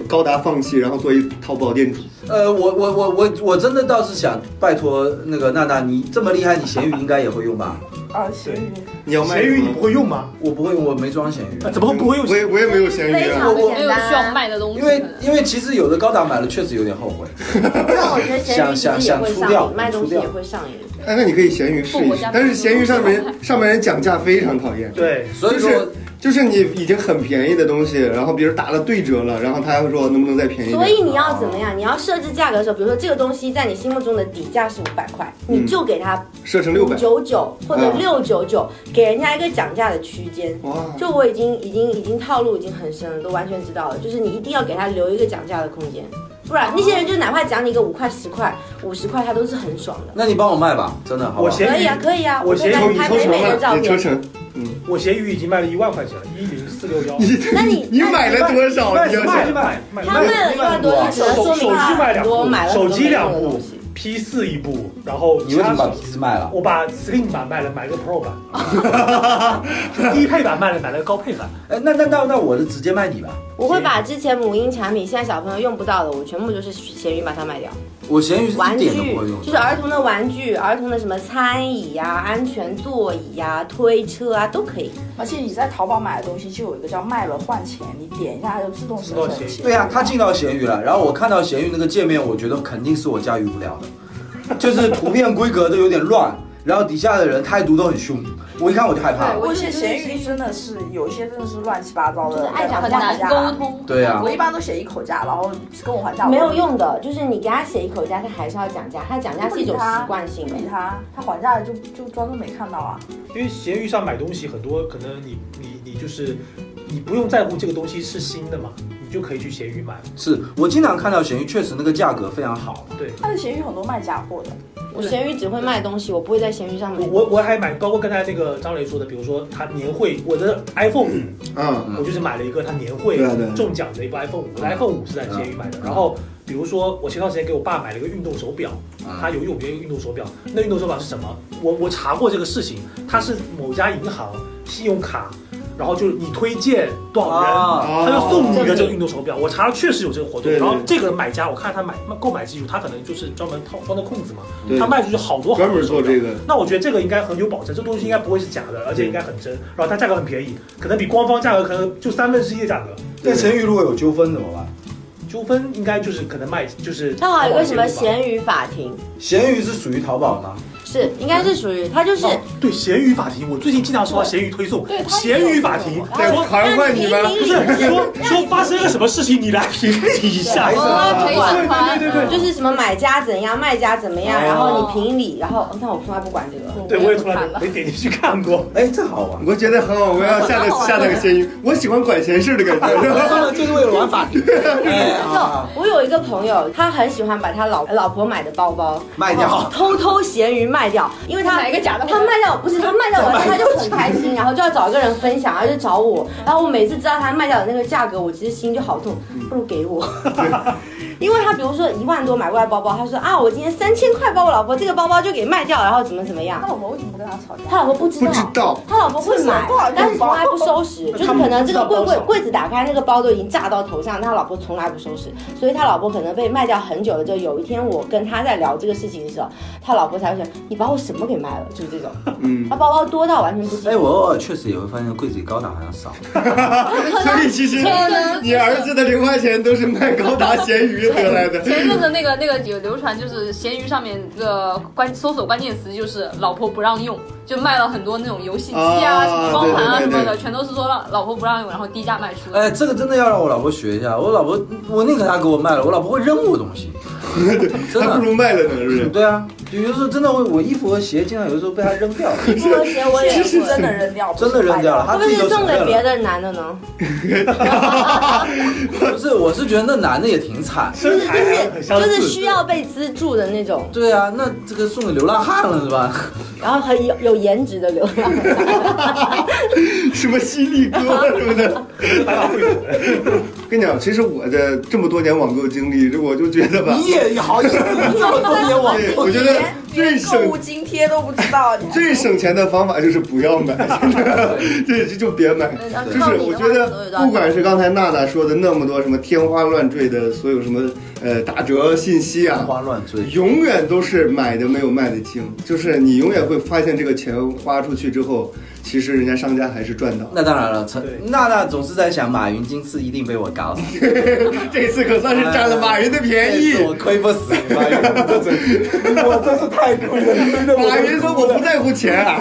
高达放弃，然后做一淘宝店主？呃，我我我我我真的倒是想拜托那个娜娜，你这么厉害，你咸鱼应该也会用吧？嗯啊，咸鱼，你要卖闲鱼什你么不会用吗？我不会用，我没装咸鱼。啊怎么会不会用？嗯我也我也没有闲鱼非啊常。我没简有单需要卖的东西，因为因为其实有的高档买了确实有点后悔，但我觉得咸想鱼其想实也想会出上掉瘾，卖东出西掉也会上瘾。哎，那你可以闲鱼试一我试家，但是闲鱼上面上面人讲价非常讨厌。对，所以就说是就是你已经很便宜的东西，然后比如打了对折了，然后他还会说能不能再便宜一所点？以你要怎么样？你要设置价格的时候，比如说这个东西在你心目中的底价是五百块，嗯你就给它设成六五百，九九或者嗯六九九，给人家一个讲价的区间。哇，就我已经已经已经套路已经很深了，都完全知道了。就是你一定要给他留一个讲价的空间，不然那些人就哪怕讲你个五块、十块、五十块，他都是很爽的。那你帮我卖吧，真的好我吧？闲可以鱼啊，可以啊，我我先在抽哎你那里拍抽美成美的了，照你抽片。成，我闲鱼已经卖了一万块钱了，一零四六幺。你那你你买了多少？卖你要卖想卖卖，他为了一万多，他只能说明他很多买了很手多机没用两的部东西。 ，P 四一部，然后你其为什他么把 P 四卖了？我把 Slim 版卖了，买了个 Pro 版， 低配版卖了，买了个高配版。哎，那那那那我就直接卖你吧。我会把之前母婴产品现在小朋友用不到的，我全部就是闲鱼把它卖掉。我咸鱼是一玩具点都不会用，就是儿童的玩具，儿童的什么餐椅呀、安全座椅呀、推车啊都可以。而且你在淘宝买的东西就有一个叫卖了换钱，你点一下它就自动生自动成显示对啊，他进到闲鱼了，然后我看到闲鱼那个界面，我觉得肯定是我驾驭不了的，就是图片规格都有点乱，然后底下的人态度都很凶，我一看我就害怕啊对了。而且闲鱼真的是有一些真的是乱七八糟的，就是爱讲很价难沟。通。对啊我一般都写一口价，然后跟我还价。没有，用的，就是你给他写一口价，他还是要讲价，他讲价是一种习惯性不的理。他，他还价了就就装作没看到啊。因为闲鱼上买东西，很多可能你你你就是你不用在乎这个东西是新的嘛，你就可以去闲鱼买。是我经常看到闲鱼，确实那个价格非常好。对但是闲鱼很多卖假货的，我闲鱼只会卖东西，我不会在闲鱼上买我。我我还买包括刚才那个张磊说的，比如说他年会，我的 iPhone 五啊，嗯我就是买了一个他年会对啊对啊中奖的一部 iPhone 五，我的嗯 iPhone 五是在闲鱼买的。嗯然后比如说我前段时间给我爸买了一个运动手表，他嗯，有一种别人运动手表，那运动手表是什么？我我查过这个事情，它是某家银行信用卡，然后就是你推荐多少哦人，啊他就送你一个哦这个运动手表。我查了确实有这个活动，对对然后这个买家我看他买购买记录，他可能就是专门套装的空子嘛，对他，卖出去好多好多专门做手表这个，那我觉得这个应该很有保证，这东西应该不会是假的，而且应该很真。然后它价格很便宜，可能比官方价格可能就三分之一的价格。跟闲鱼如果有纠纷怎么办？纠纷应该就是可能卖就是刚好有个什么淘宝闲鱼法庭，闲鱼是属于淘宝吗？是应该是属于它就是一些吧。哦，对，闲鱼法庭，我最近经常收到闲鱼推送对，它闲鱼法庭啊哎对，说好像怪你吧？不是说说发生了什么事情，你来评论一下对。哦赔偿对款对对对，就是什么买家怎样，卖家怎么样，哦然后你评理，然后哦但我从来不管这个。对我也从来看了。没点进去看过。哎，这好玩。我觉得很好，我要下载下载个闲鱼，我喜欢管闲事的感觉。上来就是为了玩法庭。哎啊，我有一个朋友，他很喜欢把他老老婆买的包包卖掉然后偷偷闲鱼卖掉，因为他哪个假的他卖掉不是他卖掉完他就很开心，然后就要找一个人分享，然后就找我，然后我每次知道他卖掉的那个价格，我其实心就好痛，不如给我。因为他比如说一万多买过来包包，他说啊，我今天三千块包我老婆这个包包就给卖掉，然后怎么怎么样那，老婆为什么不跟他吵架？他老婆不知不知道。道，他老婆会买， 但是从来不收拾，就是可能这个柜柜柜子打开，那个包都已经炸到头上，他老婆从来不收拾，所以他老婆可能被卖掉很久了。之后有一天我跟他在聊这个事情的时候，他老婆才会想，你把我什么给卖了？就是这种，嗯，他包包多到完全不记哎，得。我偶尔确实也会发现柜子里高达好像少，所以其实能你儿子的零花钱都是卖高达咸鱼得来的。前一阵子那个那个有流传，就是闲鱼上面那个关搜索关键词就是“老婆不让用”，就卖了很多那种游戏机啊、啊什么光盘啊对什对对么的，全都是说让老婆不让用，然后低价卖出的。哎，这个真的要让我老婆学一下。我老婆，我宁可她给我卖了，我老婆会扔我东 西，真还不的。如卖了呢，是不 是？对啊，有的时候真的会，我衣服和鞋经常有的时候被她扔掉了，不和鞋我也这是真的扔掉，不真是的扔掉了，她会不自己会都是承送认给别了。的男的呢？不是，我是觉得那男的也挺惨。就是身就材还很是相就似，是需要被资助的那种，对啊，那这个送给流浪汉了是吧？然后很有有颜值的流浪汉。什么犀利哥什么的。白马贵妇。跟你讲，其实我的这么多年网购经历，我就觉得吧，你也好意思你这么多年网对，购我觉得最连购省物津贴都不知道，你最省钱的方法就是不要 买，真的，对，就就别买。就是我觉得，不管是刚才娜娜说的那么多什么天花乱坠的所有什么呃打折信息天啊，花乱坠。永远都是买的没有卖的精，就是你永远会发现这个钱花出去之后，其实人家商家还是赚到。 那当然了，陈对娜娜总是在想马云今次一定被我搞死，这次可算是占了马云的便这次宜我。亏不死马云。 我真是太贵了，马云说我不在乎钱 啊，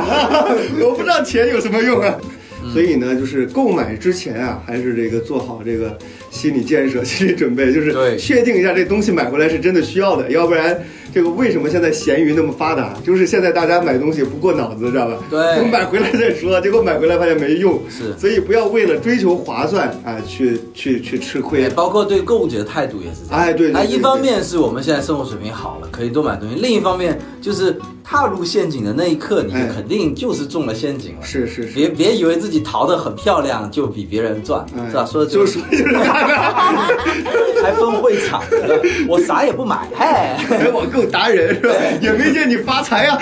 我不知道钱有什么用啊。嗯所以呢，就是购买之前啊，还是这个做好这个心理建设、 心理准备，就对是确定一下这东西买回来是真的需要的，要不然这个为什么现在闲鱼那么发达？就是现在大家买东西不过脑子，知道吧？对等买回来再说，结果买回来发现没用，是所以不要为了追求划算啊，去去去吃亏啊也。包括对购物节的态度也是这样。哎对对那对对一方面是我们现在生活水平好了，可以多买东西；另一方面就是踏入陷阱的那一刻，你就哎肯定就是中了陷阱了。是是是，别别以为自己逃得很漂亮就比别人赚，哎是吧？说的就就是就是他的，还分会场，是 吧我啥也不买，嘿。哎，网购达人是吧？也没见你发财呀、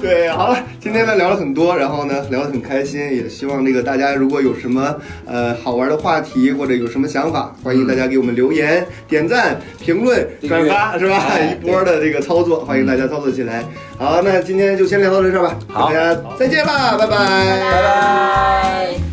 对，好了，今天呢聊了很多，然后呢聊得很开心，也希望这个大家如果有什么呃好玩的话题或者有什么想法，欢迎大家给我们留言、点赞、评论、订转阅发，是吧？哎一波的这个操作，欢迎大家操作起来。好，那今天就先聊到这儿吧，好大家再见啦，拜拜拜拜。拜。